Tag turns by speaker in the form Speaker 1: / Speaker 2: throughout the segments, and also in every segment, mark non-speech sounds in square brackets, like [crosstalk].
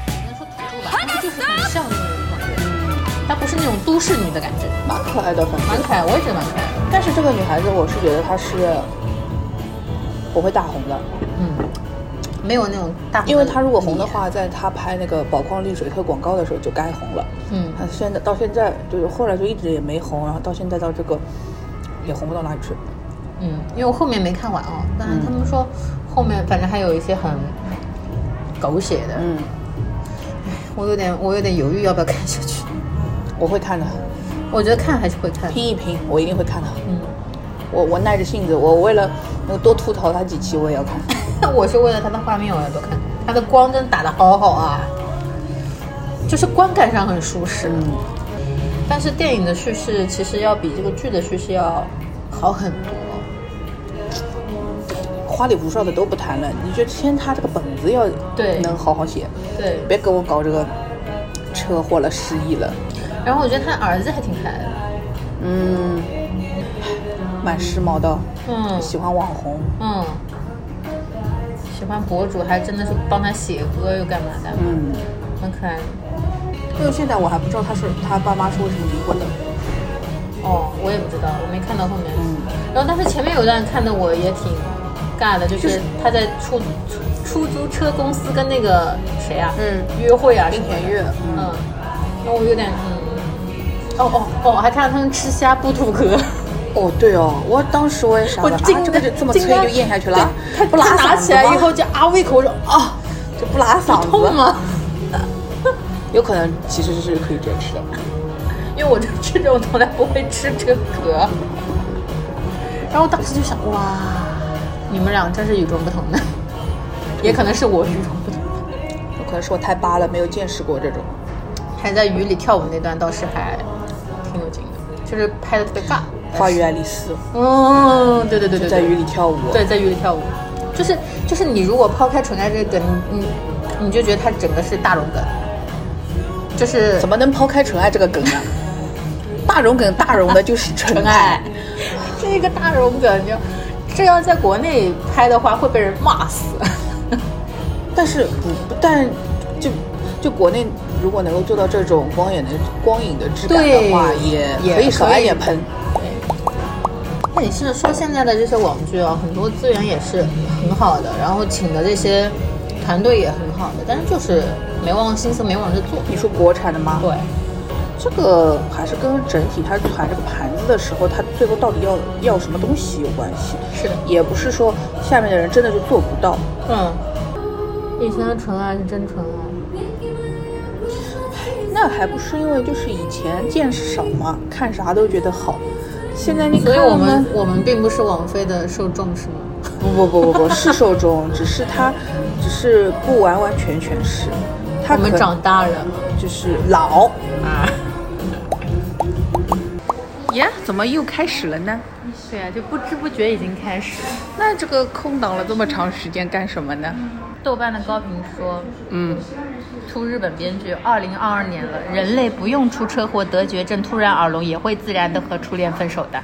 Speaker 1: 吧，她就是很像那种广东人，她不是那种都市女的感觉，
Speaker 2: 蛮可爱的，反正
Speaker 1: 蛮。可爱，我也觉得蛮可爱的。
Speaker 2: 但是这个女孩子，我是觉得她是不会大红的，
Speaker 1: 嗯没有那种大红的
Speaker 2: 因为她如果红的
Speaker 1: 脸，
Speaker 2: 话，在她拍那个宝矿力水特广告的时候就该红了。
Speaker 1: 嗯，
Speaker 2: 她现在到现在就是后来就一直也没红，然后到现在到这个也红不到哪里去。
Speaker 1: 嗯，因为我后面没看完哦，
Speaker 2: 嗯
Speaker 1: 但是他们说后面反正还有一些很狗血的，
Speaker 2: 嗯，
Speaker 1: 我有点我有点犹豫要不要看下去。
Speaker 2: 我会看的，
Speaker 1: 我觉得看还是会看，
Speaker 2: 拼一拼，我一定会看的。
Speaker 1: 嗯，
Speaker 2: 我我耐着性子，我为了那个多吐槽她几期，我也要
Speaker 1: [laughs]
Speaker 2: 看。
Speaker 1: 我是为了它的画面我要多看，它的光真的打得好好啊，就是观感上很舒适，
Speaker 2: 嗯，
Speaker 1: 但是电影的叙事其实要比这个剧的叙事要好很多。
Speaker 2: 花里胡哨的都不谈了，你就先她这个本子要
Speaker 1: 对
Speaker 2: 能好好写，
Speaker 1: 对，
Speaker 2: 别给我搞这个车祸了、失忆了。
Speaker 1: 然后我觉得他儿子还挺可爱的，
Speaker 2: 嗯，蛮时髦的，
Speaker 1: 嗯
Speaker 2: 喜欢网红，
Speaker 1: 嗯，喜欢博主还真的是帮他写歌又干嘛的，
Speaker 2: 嗯，
Speaker 1: 很可爱的。
Speaker 2: 就是现在我还不知道他是他爸妈是为什么离婚的，
Speaker 1: 哦，我也不知道，我没看到后面。
Speaker 2: 嗯
Speaker 1: 然后但是前面有一段看的我也挺尬的，就
Speaker 2: 就是
Speaker 1: 是他在出出出租车公司跟那个谁啊，
Speaker 2: 嗯
Speaker 1: 约会啊什
Speaker 2: 林
Speaker 1: 么的，
Speaker 2: 田月，
Speaker 1: 嗯，那我有点嗯，哦哦哦，还看到他们吃虾不吐壳，
Speaker 2: 哦对哦，我当时我也傻
Speaker 1: 我
Speaker 2: 了，啊，
Speaker 1: 惊
Speaker 2: 这个就这么
Speaker 1: 惊
Speaker 2: 脆
Speaker 1: 呆
Speaker 2: 就咽下去了，
Speaker 1: 对
Speaker 2: 不
Speaker 1: 啊他
Speaker 2: 拉
Speaker 1: 拿
Speaker 2: 嗓子
Speaker 1: 起来
Speaker 2: 吗
Speaker 1: 以后就啊胃口，我说啊
Speaker 2: 就不拉嗓子，
Speaker 1: 痛啊吗？
Speaker 2: 有可能其实是可以这样吃的，嗯
Speaker 1: 因为我就吃这种从来不会吃这个壳。然后我当时就想，哇，你们俩真是与众不同的，也可能是我与众不同。
Speaker 2: 有可能是我太扒了，没有见识过这种。
Speaker 1: 还在雨里跳舞那段倒是还挺有劲的，就是拍的特别尬。
Speaker 2: 花与爱丽丝
Speaker 1: 嗯，对对对对，对
Speaker 2: 在雨里跳舞，
Speaker 1: 对，在雨里跳舞，就是就是你如果抛开纯爱这个梗，你你你就觉得它整个是大荣梗，就是
Speaker 2: 怎么能抛开纯爱这个梗呢？ [laughs] 大荣梗，大荣的就是纯
Speaker 1: 纯爱， [laughs] 这一个大荣梗，你要这要在国内拍的话会被人骂死。 [laughs]
Speaker 2: 但是不，但就就国内如果能够做到这种光影的光影的质感的话，
Speaker 1: 对
Speaker 2: 也
Speaker 1: 也
Speaker 2: 可以少
Speaker 1: 可以
Speaker 2: 来点喷。
Speaker 1: 那你是说现在的这些网剧啊，很多资源也是很好的，然后请的这些团队也很好的，但是就是没往心思没往这做。
Speaker 2: 你说国产的吗？
Speaker 1: 对，
Speaker 2: 这个还是跟整体它团这个盘子的时候，它最后到底要要什么东西有关系，
Speaker 1: 是的，
Speaker 2: 也不是说下面的人真的就做不到。
Speaker 1: 嗯，以前的纯爱是真纯爱，
Speaker 2: 那还不是因为就是以前见识少嘛，看啥都觉得好。现在你
Speaker 1: 所
Speaker 2: 看
Speaker 1: 以我
Speaker 2: 呢
Speaker 1: 们我们并不是网飞的受众是吗？
Speaker 2: 不不不不不是受众，只是他只是不完完全全是，他
Speaker 1: 我们
Speaker 2: 可
Speaker 1: 长大了
Speaker 2: 就是老。 [laughs]
Speaker 1: 啊。
Speaker 2: 耶，怎么又开始了呢？
Speaker 1: 对啊呀、就不知不觉已经开始了。
Speaker 2: 那这个空档了这么长时间干什么呢？
Speaker 1: 豆瓣的高评说，
Speaker 2: 嗯，
Speaker 1: 出日本编剧，二零二二年了，人类不用出车祸、得绝症、突然耳聋，也会自然的和初恋分手的。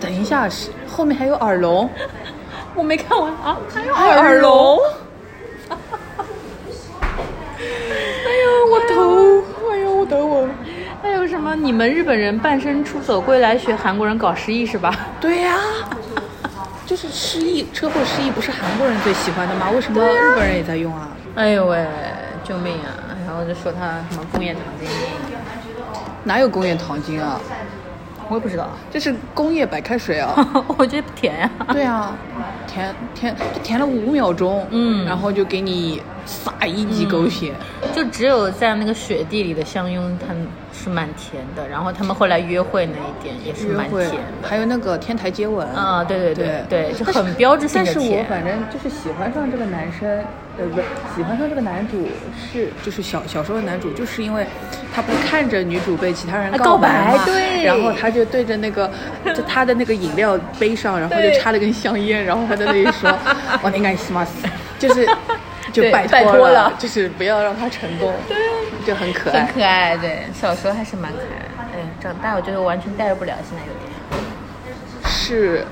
Speaker 2: 等一下，是后面还有耳聋，
Speaker 1: [laughs] 我没看完啊， [laughs] 还有
Speaker 2: 耳聋。 [laughs] 哎呀，我头，哎呀，我头我。
Speaker 1: 还有什么？你们日本人半生出走归来学韩国人搞失忆是吧？
Speaker 2: 对呀、就是失忆，车祸失忆不是韩国人最喜欢的吗？为什么日本人也在用啊？
Speaker 1: [laughs] 哎呦喂，救命啊！然后就说他什么工业糖精，
Speaker 2: 哪有工业糖精啊？
Speaker 1: 我也不知道， [laughs]
Speaker 2: 这是工业白开水啊！
Speaker 1: 我觉得不甜呀、
Speaker 2: 对啊，填填填了五秒钟，
Speaker 1: 嗯
Speaker 2: 然后就给你撒一滴狗血，
Speaker 1: 就只有在那个雪地里的相拥，它是蛮甜的。然后他们后来约会那一点也是
Speaker 2: 约
Speaker 1: 蛮
Speaker 2: 会
Speaker 1: 甜的。
Speaker 2: 还有那个天台接吻，
Speaker 1: 啊，对对
Speaker 2: 对
Speaker 1: 对，就
Speaker 2: 但是
Speaker 1: 很标志性
Speaker 2: 但
Speaker 1: 的
Speaker 2: 是我
Speaker 1: 甜。嗯
Speaker 2: 反正就是喜欢上这个男生，呃，不是喜欢上这个男主是就是小小时候的男主，就是因为他不看着女主被其他人
Speaker 1: 啊告
Speaker 2: 白
Speaker 1: 白
Speaker 2: 嘛，
Speaker 1: 对
Speaker 2: 然后他就对着那个就他的那个饮料杯上，然后就
Speaker 1: 对
Speaker 2: 插了根香烟，然后他在那里说，我应该是吗？
Speaker 1: [laughs]
Speaker 2: 就是就
Speaker 1: 对
Speaker 2: 拜
Speaker 1: 拜
Speaker 2: 托
Speaker 1: 托了
Speaker 2: 就是不要让他成功，对，就很可
Speaker 1: 很
Speaker 2: 爱。
Speaker 1: 可爱，对，小时候还是蛮可爱的。哎，长大我觉得完全代入不了，现在有点。
Speaker 2: 是，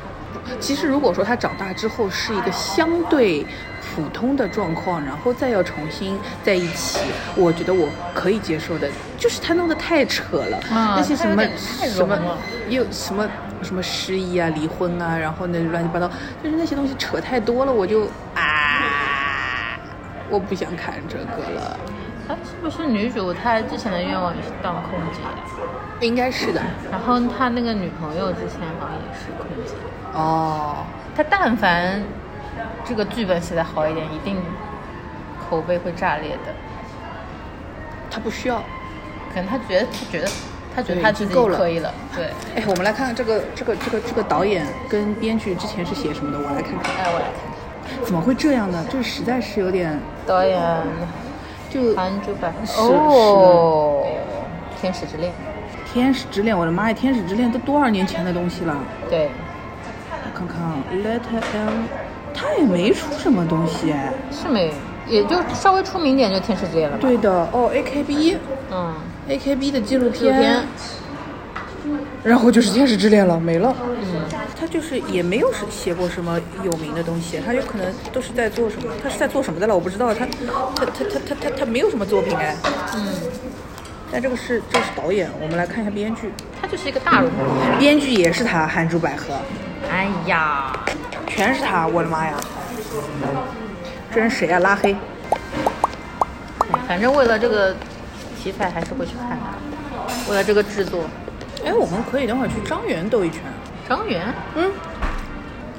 Speaker 2: 其实如果说他长大之后是一个相对普通的状况，然后再要重新在一起，我觉得我可以接受的，就是他弄得太扯了，
Speaker 3: 啊
Speaker 2: 那些什
Speaker 3: 他
Speaker 2: 么
Speaker 3: 有点太
Speaker 2: 什么
Speaker 3: 融了
Speaker 2: 又什么什么失忆啊、离婚啊，然后那乱七八糟，就是那些东西扯太多了，我就啊，我不想看这个了，
Speaker 1: 哎，是不是女主她之前的愿望也是当空姐？
Speaker 2: 应该是的，
Speaker 1: 然后她那个女朋友之前好像也是空姐。
Speaker 2: 哦，
Speaker 1: 她但凡这个剧本写的好一点，一定口碑会炸裂的。
Speaker 2: 他不需要。
Speaker 1: 可能她觉得，她觉得，她觉得
Speaker 2: 对
Speaker 1: 她
Speaker 2: 已经
Speaker 1: 自己
Speaker 2: 够了
Speaker 1: 可以了。对，
Speaker 2: 哎，我们来看看这个这个这个这个导演跟编剧之前是写什么的，我来看看。
Speaker 1: 哎，我来看看
Speaker 2: 怎么会这样呢？这实在是有点
Speaker 1: 导演
Speaker 2: 就《
Speaker 1: 韩珠版
Speaker 2: 是
Speaker 1: 哦，《天使之恋
Speaker 2: 天使之恋》，我的妈呀，《天使之恋》都多少年前的东西了？》
Speaker 1: 对，
Speaker 2: 我看看啊，Let L，他也没出什么东西哎。
Speaker 1: 是没，也就稍微出名一点就《天使之恋》了吧。
Speaker 2: 对的，哦，AKB，AKB
Speaker 1: 嗯，
Speaker 2: 的纪录
Speaker 1: 纪录片
Speaker 2: 片，然后就是《天使之恋》了，没了。他就是也没有写过什么有名的东西，他有可能都是在做什么，他是在做什么的了，我不知道。他他他他他他他没有什么作品哎。
Speaker 1: 嗯，
Speaker 2: 但这个是这个是导演，我们来看一下编剧，
Speaker 1: 她就是一个大人物。
Speaker 2: 编剧也是他，韩珠百合，
Speaker 1: 哎呀，
Speaker 2: 全是他，我的妈呀！这人谁啊？拉黑。
Speaker 1: 反正为了这个题材还是会去看的，为了这个制作，
Speaker 2: 哎，我们可以等会儿去张园兜一圈，
Speaker 1: 张元
Speaker 2: 嗯，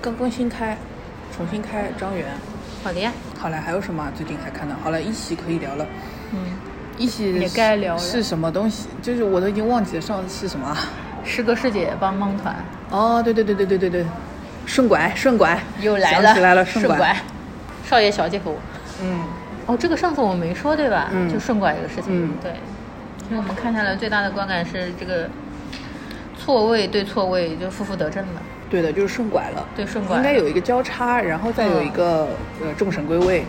Speaker 2: 刚更新开，重新开张园。
Speaker 1: 好的呀，
Speaker 2: 好了，还有什么啊、最近还看到？好了，一起可以聊了。
Speaker 1: 嗯，
Speaker 2: 一起
Speaker 1: 也该聊了
Speaker 2: 是什么东西？就是我都已经忘记了上次是什么啊。
Speaker 1: 师哥师姐帮帮团
Speaker 2: 哦，对对对对对对对，顺拐顺拐
Speaker 1: 又来
Speaker 2: 想
Speaker 1: 了，
Speaker 2: 起来了
Speaker 1: 顺
Speaker 2: 拐。
Speaker 1: 拐，少爷小姐和我。
Speaker 2: 嗯，
Speaker 1: 哦，这个上次我没说对吧？
Speaker 2: 嗯
Speaker 1: 就顺拐这个事情，
Speaker 2: 嗯
Speaker 1: 对。因为我们看下来最大的观感是这个错位对错位就负负得正的，
Speaker 2: 对的，就是顺拐了。
Speaker 1: 对顺拐嗯
Speaker 2: 应该有一个交叉，然后再有一个、呃众神归位，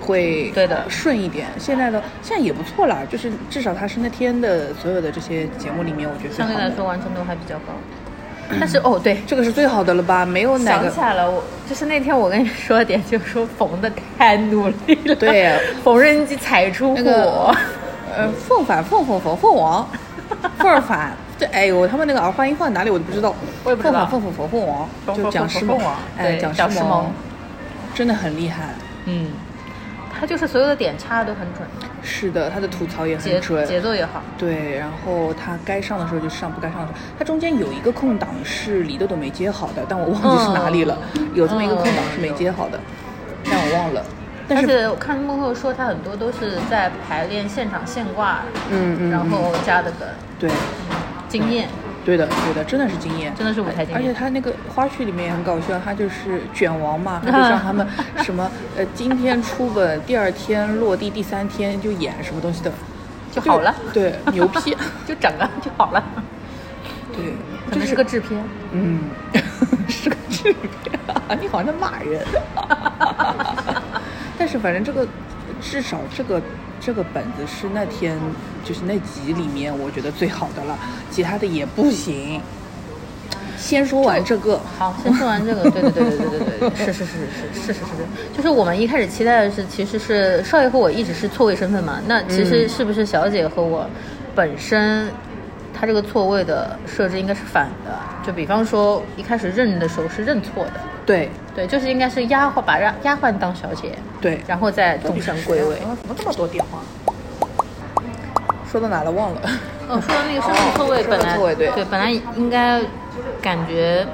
Speaker 2: 会
Speaker 1: 对的
Speaker 2: 顺一点。现在的现在也不错啦，就是至少它是那天的所有的这些节目里面，我觉得最
Speaker 1: 相
Speaker 2: 好
Speaker 1: 对来
Speaker 2: 的。
Speaker 1: 说完成度还比较高。但是哦，对，
Speaker 2: 这个是最好的了吧？没有嗯哪
Speaker 1: 想
Speaker 2: 个
Speaker 1: 起来了，我就是那天我跟你说的点，就是说缝的太努力了，
Speaker 2: 对，
Speaker 1: 缝纫机踩出
Speaker 2: 那个
Speaker 1: 火，
Speaker 2: 呃凤反凤凤凤
Speaker 1: [laughs]
Speaker 2: 凤凰，凤儿反。对，哎呦，他们那个儿化音放在哪里我都不知道。
Speaker 1: 我也不知道
Speaker 2: 凤反凤凤凤凰，
Speaker 1: 凤
Speaker 2: 就
Speaker 1: 凤
Speaker 2: 讲
Speaker 1: 凤
Speaker 2: 师
Speaker 1: 凤
Speaker 2: 萌
Speaker 1: 凰，
Speaker 2: 哎，
Speaker 1: 对
Speaker 2: 讲师
Speaker 1: 讲师萌
Speaker 2: 萌，真的很厉害。
Speaker 1: 嗯，他就是所有的点插的都很准，
Speaker 2: 是的，他的吐槽也
Speaker 1: 节
Speaker 2: 很准，
Speaker 1: 节奏也好，
Speaker 2: 对，然后他该上的时候就上，不该上的时候，他中间有一个空档是李豆豆没接好的，但我忘记是哪里了，
Speaker 1: 嗯
Speaker 2: 有这么一个空档是没接好的，但我忘了。但
Speaker 1: 而
Speaker 2: 是，
Speaker 1: 且我看幕后说他很多都是在排练现场现挂，
Speaker 2: 嗯嗯，
Speaker 1: 然后加的梗，
Speaker 2: 嗯对，
Speaker 1: 经验
Speaker 2: 对的，对的，真的是经验，
Speaker 1: 真的是舞台经
Speaker 2: 而且
Speaker 1: 验。
Speaker 2: 他那个花絮里面也很搞笑，他就是卷
Speaker 1: [laughs]
Speaker 2: 王嘛，他就让他们什么呃，今天出本，第二天落地，第三天就演什么东西的，
Speaker 1: 就好了
Speaker 2: 对，牛批，
Speaker 1: [laughs] 就整个就好了，
Speaker 2: 对，
Speaker 1: 可能是个制片，
Speaker 2: 嗯， [laughs] 是个制片、啊，你好像在骂人。 [laughs] 但是反正这个，至少这个这个本子是那天就是那集里面我觉得最好的了，其他的也不行。先说完这个，
Speaker 1: 好， [laughs] 先说完这个，对对对对对对对， [laughs] 是是是是是是是是，就是我们一开始期待的是，其实是少爷和我一直是错位身份嘛，那其实是不是小姐和我本身，她这个错位的设置应该是反的，就比方说一开始认的时候是认错的，
Speaker 2: 对
Speaker 1: 对，就是应该是丫鬟把丫丫鬟当小姐，
Speaker 2: 对，
Speaker 1: 然后再众神归位。
Speaker 2: 啊怎么这么多电话？说到哪了？忘了。
Speaker 1: 哦，说到那个身份错位，
Speaker 2: 哦
Speaker 1: 本来
Speaker 2: 身份错位对
Speaker 1: 本来应该感觉，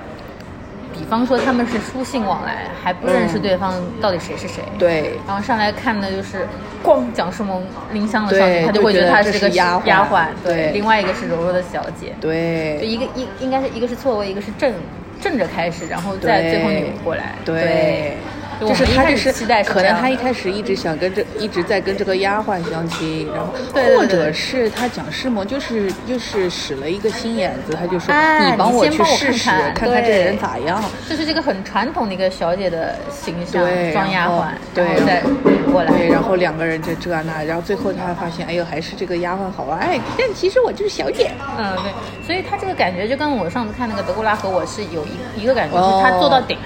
Speaker 1: 比方说他们是书信往来，还不认识
Speaker 2: 嗯
Speaker 1: 对方到底谁是谁。
Speaker 2: 对
Speaker 1: 然后上来看的就是，咣，蒋诗萌拎箱子
Speaker 2: 对
Speaker 1: 上去，他就
Speaker 2: 就
Speaker 1: 会
Speaker 2: 觉
Speaker 1: 觉
Speaker 2: 得
Speaker 1: 得她
Speaker 2: 这
Speaker 1: 是
Speaker 2: 是
Speaker 1: 个
Speaker 2: 丫鬟
Speaker 1: 丫鬟，
Speaker 2: 对
Speaker 1: 另外一个是柔柔的小姐，就
Speaker 2: 对
Speaker 1: 一个应应该是一个是错位，一个是正正着开始，然后再最后扭过来，
Speaker 2: 对。
Speaker 1: 对
Speaker 2: 就
Speaker 1: 我们一
Speaker 2: 他
Speaker 1: 开
Speaker 2: 只
Speaker 1: 始
Speaker 2: 是
Speaker 1: 期待是
Speaker 2: 可
Speaker 1: 这
Speaker 2: 能
Speaker 1: 样
Speaker 2: 他一
Speaker 1: 的
Speaker 2: 开始一直想跟这一直在跟这个丫鬟相亲，然后
Speaker 1: 对对对
Speaker 2: 或者是他讲师萌就是就是使了一个心眼子，他就说、
Speaker 1: 哎
Speaker 2: 帮
Speaker 1: 你
Speaker 2: 我
Speaker 1: 先
Speaker 2: 去
Speaker 1: 帮我
Speaker 2: 试试，
Speaker 1: 看看
Speaker 2: 看这
Speaker 1: 对
Speaker 2: 人咋样。
Speaker 1: 就是这个很传统的一个小姐的形象
Speaker 2: 对，
Speaker 1: 装丫
Speaker 2: 然后
Speaker 1: 鬟，
Speaker 2: 对
Speaker 1: 然后再扭过来，
Speaker 2: 对，然后两个人就这那，然后最后他发现，哎呦，还是这个丫鬟好啊！哎，但其实我就是小姐。
Speaker 1: 嗯，对，所以他这个感觉就跟我上次看那个德古拉和我是有一一个感觉，
Speaker 2: 哦
Speaker 1: 就是他做到顶，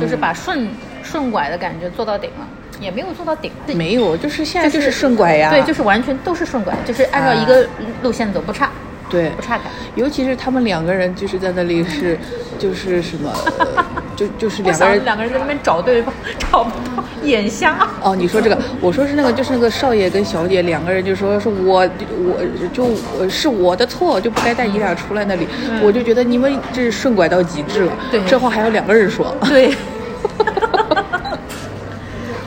Speaker 1: 就是把顺顺拐的感觉做到顶了。也没有做到顶，
Speaker 2: 嗯
Speaker 1: 啊
Speaker 2: 没有，就是现在就是顺拐呀，
Speaker 1: 对，就是完全都是顺拐，就是按照一个路线走，不差，
Speaker 2: 对，
Speaker 1: 不差感。
Speaker 2: 尤其是他们两个人就是在那里是，就是什么，呃就就是
Speaker 1: 我
Speaker 2: 两个
Speaker 1: 想
Speaker 2: 人
Speaker 1: 两个人在那边找对方，找不到，眼瞎。
Speaker 2: 哦，你说这个，我说是那个，就是那个少爷跟小姐两个人就说是我我就我是我的错，就不该带你俩出来那里，我就觉得你们这是顺拐到极致了，
Speaker 1: 对
Speaker 2: 这话还有两个人 [laughs] 说，
Speaker 1: 对。 [laughs]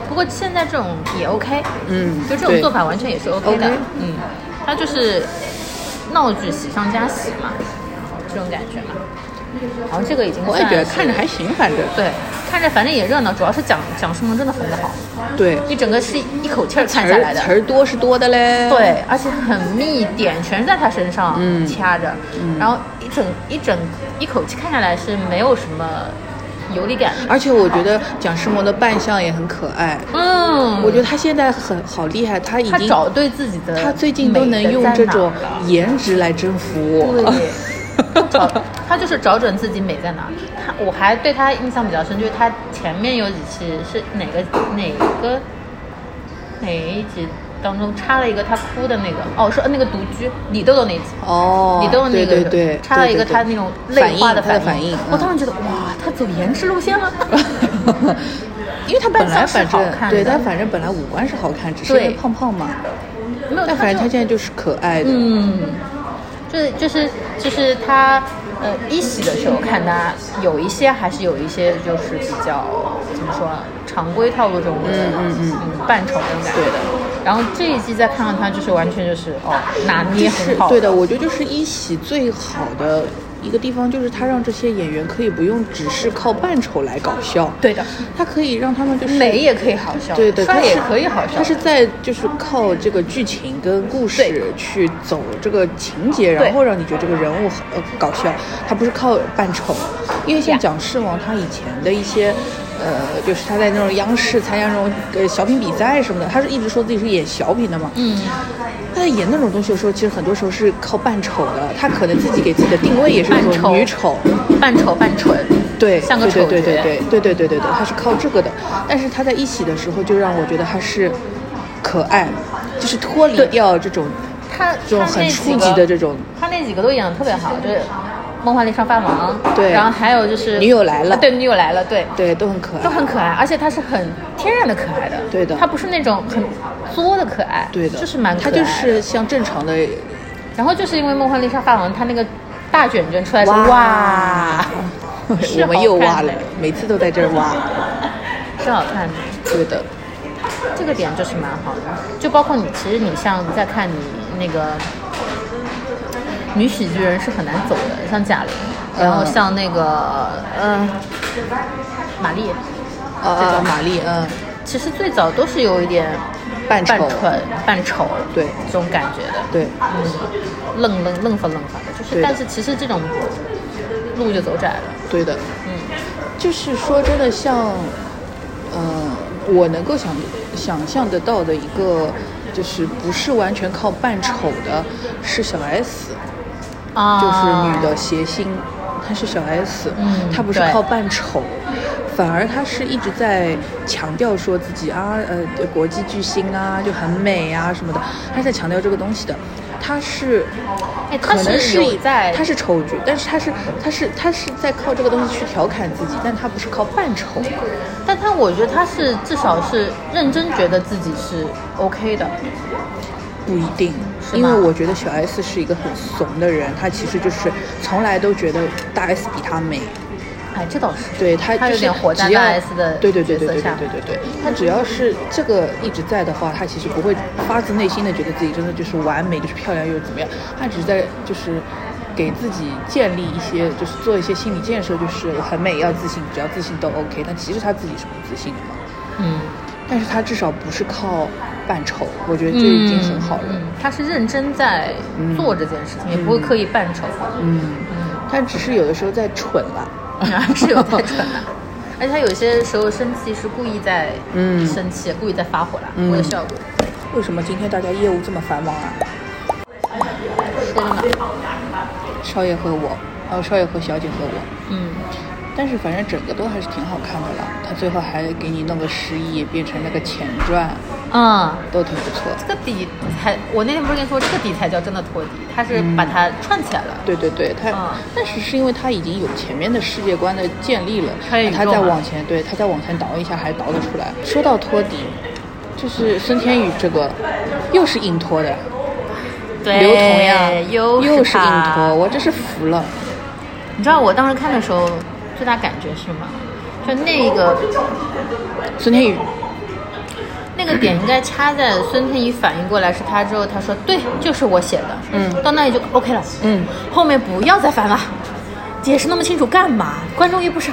Speaker 1: 不过现在这种也 OK，
Speaker 2: 嗯
Speaker 1: 就这种
Speaker 2: 对
Speaker 1: 做法完全也是 OK 的
Speaker 2: OK
Speaker 1: 嗯，它就是闹剧喜上加喜嘛，这种感觉嘛。然后这个已经
Speaker 2: 我也觉
Speaker 1: 算
Speaker 2: 得
Speaker 1: 是
Speaker 2: 看着还行，反正
Speaker 1: 对，看着反正也热闹，主要是蒋蒋诗萌真的缝得好，
Speaker 2: 对，
Speaker 1: 你整个是一口气儿
Speaker 2: 词
Speaker 1: 看下来
Speaker 2: 儿
Speaker 1: 的
Speaker 2: 词，儿多是多的嘞，，
Speaker 1: 对，而且很密，点全是在他身上
Speaker 2: 嗯
Speaker 1: 掐着，然后一整一整一口气看下来是没有什么游离感的，
Speaker 2: 而且我觉得蒋诗萌的扮相也很可爱，
Speaker 1: 嗯，
Speaker 2: 我觉得她现在很好厉害，她已
Speaker 1: 他
Speaker 2: 经
Speaker 1: 找对自己的美的在哪儿了，
Speaker 2: 她最近都能用这种颜值来征服 [laughs] 我，
Speaker 1: 对。找 [laughs] 他就是找准自己美在哪儿。他我还对他印象比较深，就是他前面有几期是哪个哪个哪一集当中插了一个他哭的那个哦，是呃那个独居李豆豆那一集，
Speaker 2: 哦，
Speaker 1: 李豆豆那个
Speaker 2: 对对对，
Speaker 1: 插了一个
Speaker 2: 对对对
Speaker 1: 他那种泪花
Speaker 2: 他的
Speaker 1: 反
Speaker 2: 反应，
Speaker 1: 我
Speaker 2: 嗯
Speaker 1: 当时觉得哇，他走颜值路
Speaker 2: [laughs]
Speaker 1: 线了。 [laughs]
Speaker 2: 因为他本来反
Speaker 1: 扮相是好看
Speaker 2: 正
Speaker 1: 的
Speaker 2: 对他反正本来五官是好看，只是因
Speaker 1: 对
Speaker 2: 为胖胖嘛。
Speaker 1: 没有，
Speaker 2: 但反正
Speaker 1: 就
Speaker 2: 他现在就是可爱的，
Speaker 1: 嗯，就是就是就是他呃一喜的时候看他有一些还是有一些就是比较怎么说啊常规套路这种嗯
Speaker 2: 嗯嗯
Speaker 1: 扮丑那种感觉的。然后这一季再看到他，就是完全就是哦拿捏
Speaker 2: 就
Speaker 1: 很
Speaker 2: 是
Speaker 1: 好，
Speaker 2: 对的。我觉得就是一喜最好的一个地方就是他让这些演员可以不用只是靠扮丑来搞笑，
Speaker 1: 对的，
Speaker 2: 他可以让他们就是
Speaker 1: 美也可以好笑，
Speaker 2: 对的，
Speaker 1: 帅
Speaker 2: 他是
Speaker 1: 也可以好笑，
Speaker 2: 他是在就是靠这个剧情跟故
Speaker 1: 对
Speaker 2: 事去走这个情节，
Speaker 1: 对
Speaker 2: 然后让你觉得这个人物好呃搞笑，他不是靠扮丑。因为像蒋诗萌，他以前的一些，呃，就是他在那种央视参加那种呃小品比赛什么的，他是一直说自己是演小品的嘛。
Speaker 1: 嗯
Speaker 2: 他在演那种东西的时候，其实很多时候是靠扮丑的，他可能自己给自己的定位也是那
Speaker 1: 扮丑
Speaker 2: 种女丑，
Speaker 1: 扮丑扮蠢，
Speaker 2: 对，
Speaker 1: 像个
Speaker 2: 对
Speaker 1: 丑角
Speaker 2: 对对对对对对对对对，他是靠这个的。但是他在一起的时候，就让我觉得他是可爱，就是脱离掉这种
Speaker 1: 他
Speaker 2: 这
Speaker 1: 他
Speaker 2: 种
Speaker 1: 那
Speaker 2: 很
Speaker 1: 几
Speaker 2: 初
Speaker 1: 个
Speaker 2: 级的这种。
Speaker 1: 他那几个都演的特别好，就是《梦幻丽莎饭王》，
Speaker 2: 对
Speaker 1: 然后还有就是啊
Speaker 2: 女友来了
Speaker 1: 对，女友来了，对，
Speaker 2: 对，都很可
Speaker 1: 都
Speaker 2: 爱。
Speaker 1: 很可爱，而且他是很天然的可爱的，
Speaker 2: 对的
Speaker 1: 他不是那种很作的可爱，
Speaker 2: 对的，
Speaker 1: 就是蛮可
Speaker 2: 他
Speaker 1: 爱的，
Speaker 2: 就是像正常的，
Speaker 1: 然后就是因为《梦幻丽莎饭王》，他那个大卷卷出来是
Speaker 2: 哇
Speaker 1: 哇，是
Speaker 2: [laughs] 我们又
Speaker 1: 好看
Speaker 2: 挖
Speaker 1: 的
Speaker 2: 了，每次都在这儿挖。
Speaker 1: 是好看的。
Speaker 2: 对的，
Speaker 1: 这个点就是蛮好的，就包括你，其实你像你在看你那个女喜剧人是很难走的，像贾玲，然后
Speaker 2: 嗯
Speaker 1: 像那个嗯、玛丽，这
Speaker 2: 呃
Speaker 1: 种，
Speaker 2: 玛丽，嗯，
Speaker 1: 其实最早都是有一点
Speaker 2: 扮
Speaker 1: 扮
Speaker 2: 丑，
Speaker 1: 蠢、扮丑
Speaker 2: 对
Speaker 1: 这种感觉的，
Speaker 2: 对，
Speaker 1: 嗯，愣愣愣发愣发的，就是
Speaker 2: 对的
Speaker 1: 但是其实这种路就走窄了，
Speaker 2: 对的，
Speaker 1: 嗯，
Speaker 2: 就是说真的像，呃，我能够想想象得到的一个，就是不是完全靠扮丑的，是小 S，
Speaker 1: 啊，
Speaker 2: 就是女的谐星，她是小 S，
Speaker 1: 嗯
Speaker 2: 她不是
Speaker 1: 对
Speaker 2: 靠扮丑。反而她是一直在强调说自己啊，呃，国际巨星啊，就很美啊什么的，她在强调这个东西的。她是
Speaker 1: 哎，
Speaker 2: 可
Speaker 1: 她
Speaker 2: 能
Speaker 1: 是有在，
Speaker 2: 他是丑角，但是他是他是他是在靠这个东西去调侃自己，但他不是靠扮丑。
Speaker 1: 但他我觉得他是至少是认真觉得自己是 OK 的，
Speaker 2: 不一定，
Speaker 1: 是
Speaker 2: 因
Speaker 1: 吗
Speaker 2: 为我觉得小 S 是一个很怂的人，她其实就是从来都觉得大 S 比她美，
Speaker 1: 哎，这倒是，
Speaker 2: 对她
Speaker 1: 他
Speaker 2: 就
Speaker 1: 有
Speaker 2: 是
Speaker 1: 点活在
Speaker 2: 只要
Speaker 1: 大 S 的
Speaker 2: 对对对对
Speaker 1: 角色
Speaker 2: 对对
Speaker 1: 下
Speaker 2: 对对对，她只要是这个一直在的话，她其实不会发自内心的觉得自己真的就是完美，就是漂亮又怎么样，她只是在就是。给自己建立一些，就是做一些心理建设，就是我很美，要自信，只要自信都 OK。但其实她自己是不自信的嘛。
Speaker 1: 嗯，
Speaker 2: 但是他至少不是靠扮丑，我觉得就已经很好
Speaker 1: 嗯
Speaker 2: 了。
Speaker 1: 嗯他是认真在做这件事情，也不会刻意扮丑，啊
Speaker 2: 嗯，但只是有的时候在蠢了。
Speaker 1: [laughs]
Speaker 2: [laughs]
Speaker 1: 还是有在蠢的。而且他有些时候生气是故意在
Speaker 2: 嗯
Speaker 1: 生气，故意在发火啦，
Speaker 2: 嗯
Speaker 1: 为了效果。
Speaker 2: 为什么今天大家业务这么繁忙啊？
Speaker 1: 说了嘛，
Speaker 2: 少爷和我，呃，少爷和小姐和我，
Speaker 1: 嗯，
Speaker 2: 但是反正整个都还是挺好看的啦。他最后还给你弄个失忆，变成那个前传，
Speaker 1: 嗯，
Speaker 2: 都挺不错。
Speaker 1: 这个底才，我那天不是跟你说，这个底才叫真的托底，它是把它串起来了。
Speaker 2: 对对对，他、
Speaker 1: 啊
Speaker 2: 但是是因为他已经有前面的世界观的建立了，
Speaker 1: 穿越宇宙
Speaker 2: 他再
Speaker 1: 嘛
Speaker 2: 往前，对他再往前倒一下还倒得出来。说到托底，就是孙天宇这个，又是硬托的，
Speaker 1: 对，
Speaker 2: 刘同呀，
Speaker 1: 又
Speaker 2: 又
Speaker 1: 是
Speaker 2: 是硬
Speaker 1: 他
Speaker 2: 托，我真是服了。
Speaker 1: 你知道我当时看的时候最大感觉是什么？就那个
Speaker 2: 孙天宇
Speaker 1: 那个点应该掐在孙天宇反应过来是他之后，他说对，就是我写的。
Speaker 2: 嗯，
Speaker 1: 到那里就 OK 了。
Speaker 2: 嗯，
Speaker 1: 后面不要再烦了，解释那么清楚干嘛？观众又不傻。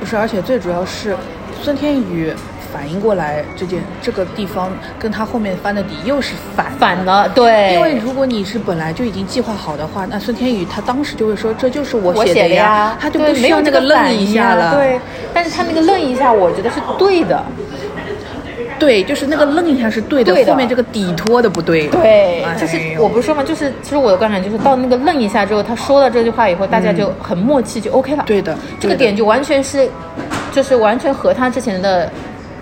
Speaker 2: 不是，而且最主要是孙天宇反应过来这件这个地方跟他后面翻的底又是反的
Speaker 1: 反了，对，
Speaker 2: 因为如果你是本来就已经计划好的话，那孙天宇他当时就会说这就是我
Speaker 1: 我
Speaker 2: 写
Speaker 1: 写的
Speaker 2: 呀
Speaker 1: 呀，，
Speaker 2: 他就
Speaker 1: 对
Speaker 2: 不需
Speaker 1: 没
Speaker 2: 要
Speaker 1: 有
Speaker 2: 那
Speaker 1: 这
Speaker 2: 个愣
Speaker 1: 反
Speaker 2: 一
Speaker 1: 应
Speaker 2: 下
Speaker 1: 啊
Speaker 2: 了。
Speaker 1: 对，但是他那个愣一下，我觉得是对的。
Speaker 2: 对，就是那个愣一下是对的，
Speaker 1: 对的
Speaker 2: 后面这个底拖的不对。
Speaker 1: 对
Speaker 2: 哎，呦
Speaker 1: 就是我不是说嘛，就是其实我的观感就是到那个愣一下之后，他说了这句话以后，大家就很默契，就 OK 了。
Speaker 2: 嗯对的
Speaker 1: 这
Speaker 2: 对
Speaker 1: 个
Speaker 2: 的
Speaker 1: 点就完全是，就是完全和他之前的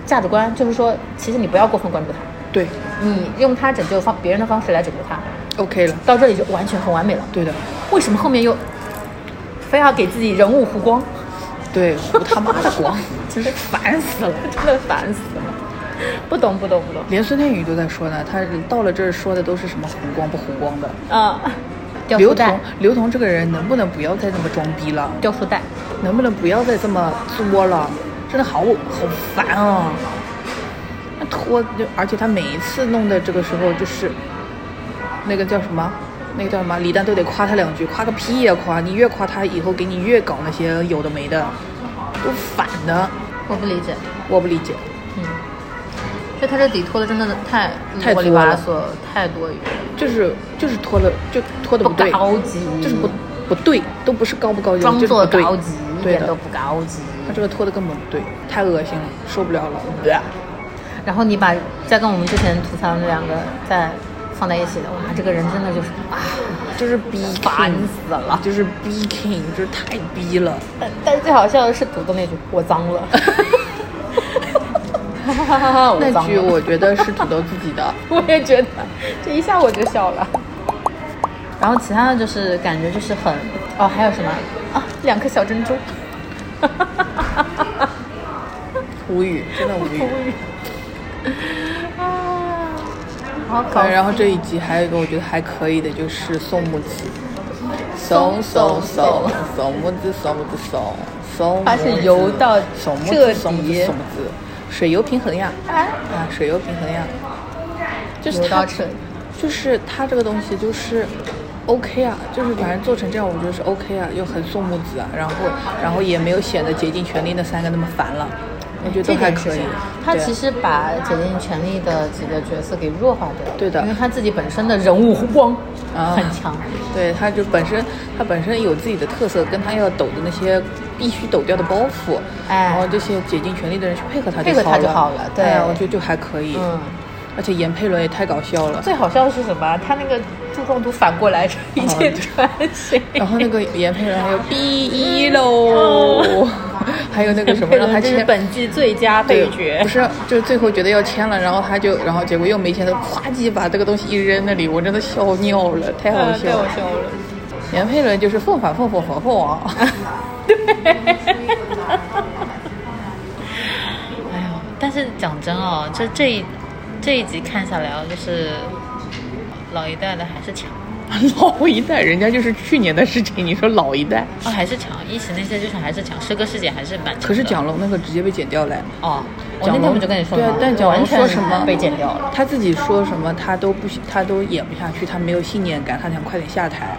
Speaker 1: 价值观，就是说，其实你不要过分关注他，
Speaker 2: 对
Speaker 1: 你用他拯救方别人的方式来拯救他，
Speaker 2: ，OK 了，
Speaker 1: 到这里就完全很完美了。
Speaker 2: 对的，
Speaker 1: 为什么后面又非要给自己人物弧光？
Speaker 2: 对，我他妈的光， [laughs] 真是烦死了。
Speaker 1: 真的烦死了！不懂，不懂，不懂。
Speaker 2: 连孙天宇都在说呢，他到了这儿说的都是什么红光不红光的。
Speaker 1: 啊，掉
Speaker 2: 刘
Speaker 1: 书袋
Speaker 2: 同，，刘同这个人能不能不要再那么装逼了？
Speaker 1: 掉书袋。
Speaker 2: 能不能不要再这么作了？真的好好烦啊！那拖就，而且他每一次弄的这个时候就是，那个叫什么？那个叫什么？李诞都得夸他两句，夸个屁呀、夸！你越夸他，以后给你越搞那些有的没的，都反的，
Speaker 1: 我不理解，
Speaker 2: 我不理解。
Speaker 1: 嗯，就他这底拖的真的太
Speaker 2: 太
Speaker 1: 啰里
Speaker 2: 多
Speaker 1: 吧
Speaker 2: 了
Speaker 1: 嗦，太多余了，
Speaker 2: 就是就是拖了，就拖的不对，
Speaker 1: 高级，
Speaker 2: 就是不不对，都不是高不高级，
Speaker 1: 装
Speaker 2: 就是
Speaker 1: 作
Speaker 2: 不对
Speaker 1: 高级，一
Speaker 2: 对
Speaker 1: 点都
Speaker 2: 的，
Speaker 1: 不高级。
Speaker 2: 他这个拖的根本不对，太恶心了，受不了了。呃
Speaker 1: 然后你把再跟我们之前吐槽的两个再放在一起的，哇，这个人真的就是啊，
Speaker 2: 就是逼
Speaker 1: 烦
Speaker 2: king
Speaker 1: 死了。
Speaker 2: 就是逼 king，就是太逼了。
Speaker 1: [laughs] 但但是最好笑的是读的那句“我脏 [laughs] 了”，哈哈哈哈，
Speaker 2: 那
Speaker 1: 我脏
Speaker 2: 句 [laughs]
Speaker 1: 了。
Speaker 2: 我觉得是土豆自己的，
Speaker 1: 我也觉得，这一下我就笑了。然后其他的就是感觉就是很哦，还有什么啊？两颗小珍珠，
Speaker 2: 无语，真 [laughs] 的无语。
Speaker 1: 好搞
Speaker 2: 对，然后这一集还有一个我觉得还可以的，就是宋木子，怂怂怂，怂木子，怂木子，怂怂木子，
Speaker 1: 它是游到
Speaker 2: 怂木
Speaker 1: 彻
Speaker 2: 子，怂木
Speaker 1: 底
Speaker 2: 子，怂木子，水油平衡呀，
Speaker 1: 啊，
Speaker 2: 啊，水油平衡呀，就是
Speaker 1: 游
Speaker 2: 它
Speaker 1: 到彻底。
Speaker 2: 就是它这个东西就是 OK 啊，就是反正做成这样，我觉得是 OK 啊，又很宋木子啊，然后然后也没有显得竭尽全力那三个那么烦了，我觉得
Speaker 1: 这
Speaker 2: 都还
Speaker 1: 点是
Speaker 2: 可以
Speaker 1: 这样。他
Speaker 2: 对
Speaker 1: 其实把竭尽全力的几个角色给弱化掉了，
Speaker 2: 对的
Speaker 1: 因为他自己本身的人物弧光
Speaker 2: 啊
Speaker 1: 很强，
Speaker 2: 对，他就本身他本身有自己的特色，跟他要抖的那些必须抖掉的包袱，
Speaker 1: 哎
Speaker 2: 然后这些竭尽全力的人去配合他就
Speaker 1: 配合他就好了对
Speaker 2: 哎，我觉得就还可以。
Speaker 1: 嗯。
Speaker 2: 而且闫佩伦也太搞
Speaker 1: [laughs]
Speaker 2: 笑了，
Speaker 1: 最好笑的是什么？啊他那个柱状图反过来成一件穿 [laughs] 行，
Speaker 2: [laughs] 然后那个闫佩伦还有
Speaker 1: [laughs]
Speaker 2: B 一喽，
Speaker 1: 哦
Speaker 2: [laughs] 还有那个什么
Speaker 1: 佩
Speaker 2: 让他
Speaker 1: 伦这
Speaker 2: 签
Speaker 1: 是本剧最佳
Speaker 2: 对
Speaker 1: 配角
Speaker 2: 不。是，就是最后觉得要签了，然后他就，然后结果又没签，他咵叽把这个东西一扔那里，我真的笑尿了，太好
Speaker 1: [laughs] 嗯
Speaker 2: 笑了。
Speaker 1: 笑了。
Speaker 2: 闫佩伦就是凤反凤凤凰凤凰，
Speaker 1: [laughs] 哎呦，但是讲真哦，就这一这一集看下来哦，就是老一代的还是强，
Speaker 2: 老一代人家就是去年的事情，你说老一代？
Speaker 1: 哦还是强，一起那些就是还是强，师哥师姐还是蛮强的。
Speaker 2: 可是蒋龙那个直接被剪掉了，
Speaker 1: 哦，我
Speaker 2: 蒋
Speaker 1: 那天
Speaker 2: 龙
Speaker 1: 不就跟你说
Speaker 2: 对
Speaker 1: 了
Speaker 2: 啊
Speaker 1: 吗？
Speaker 2: 但蒋
Speaker 1: 完
Speaker 2: 龙
Speaker 1: 全
Speaker 2: 说什么
Speaker 1: 被剪掉了。
Speaker 2: 他自己说什么他都不喜，他都演不下去，他没有信念感，他想快点下台。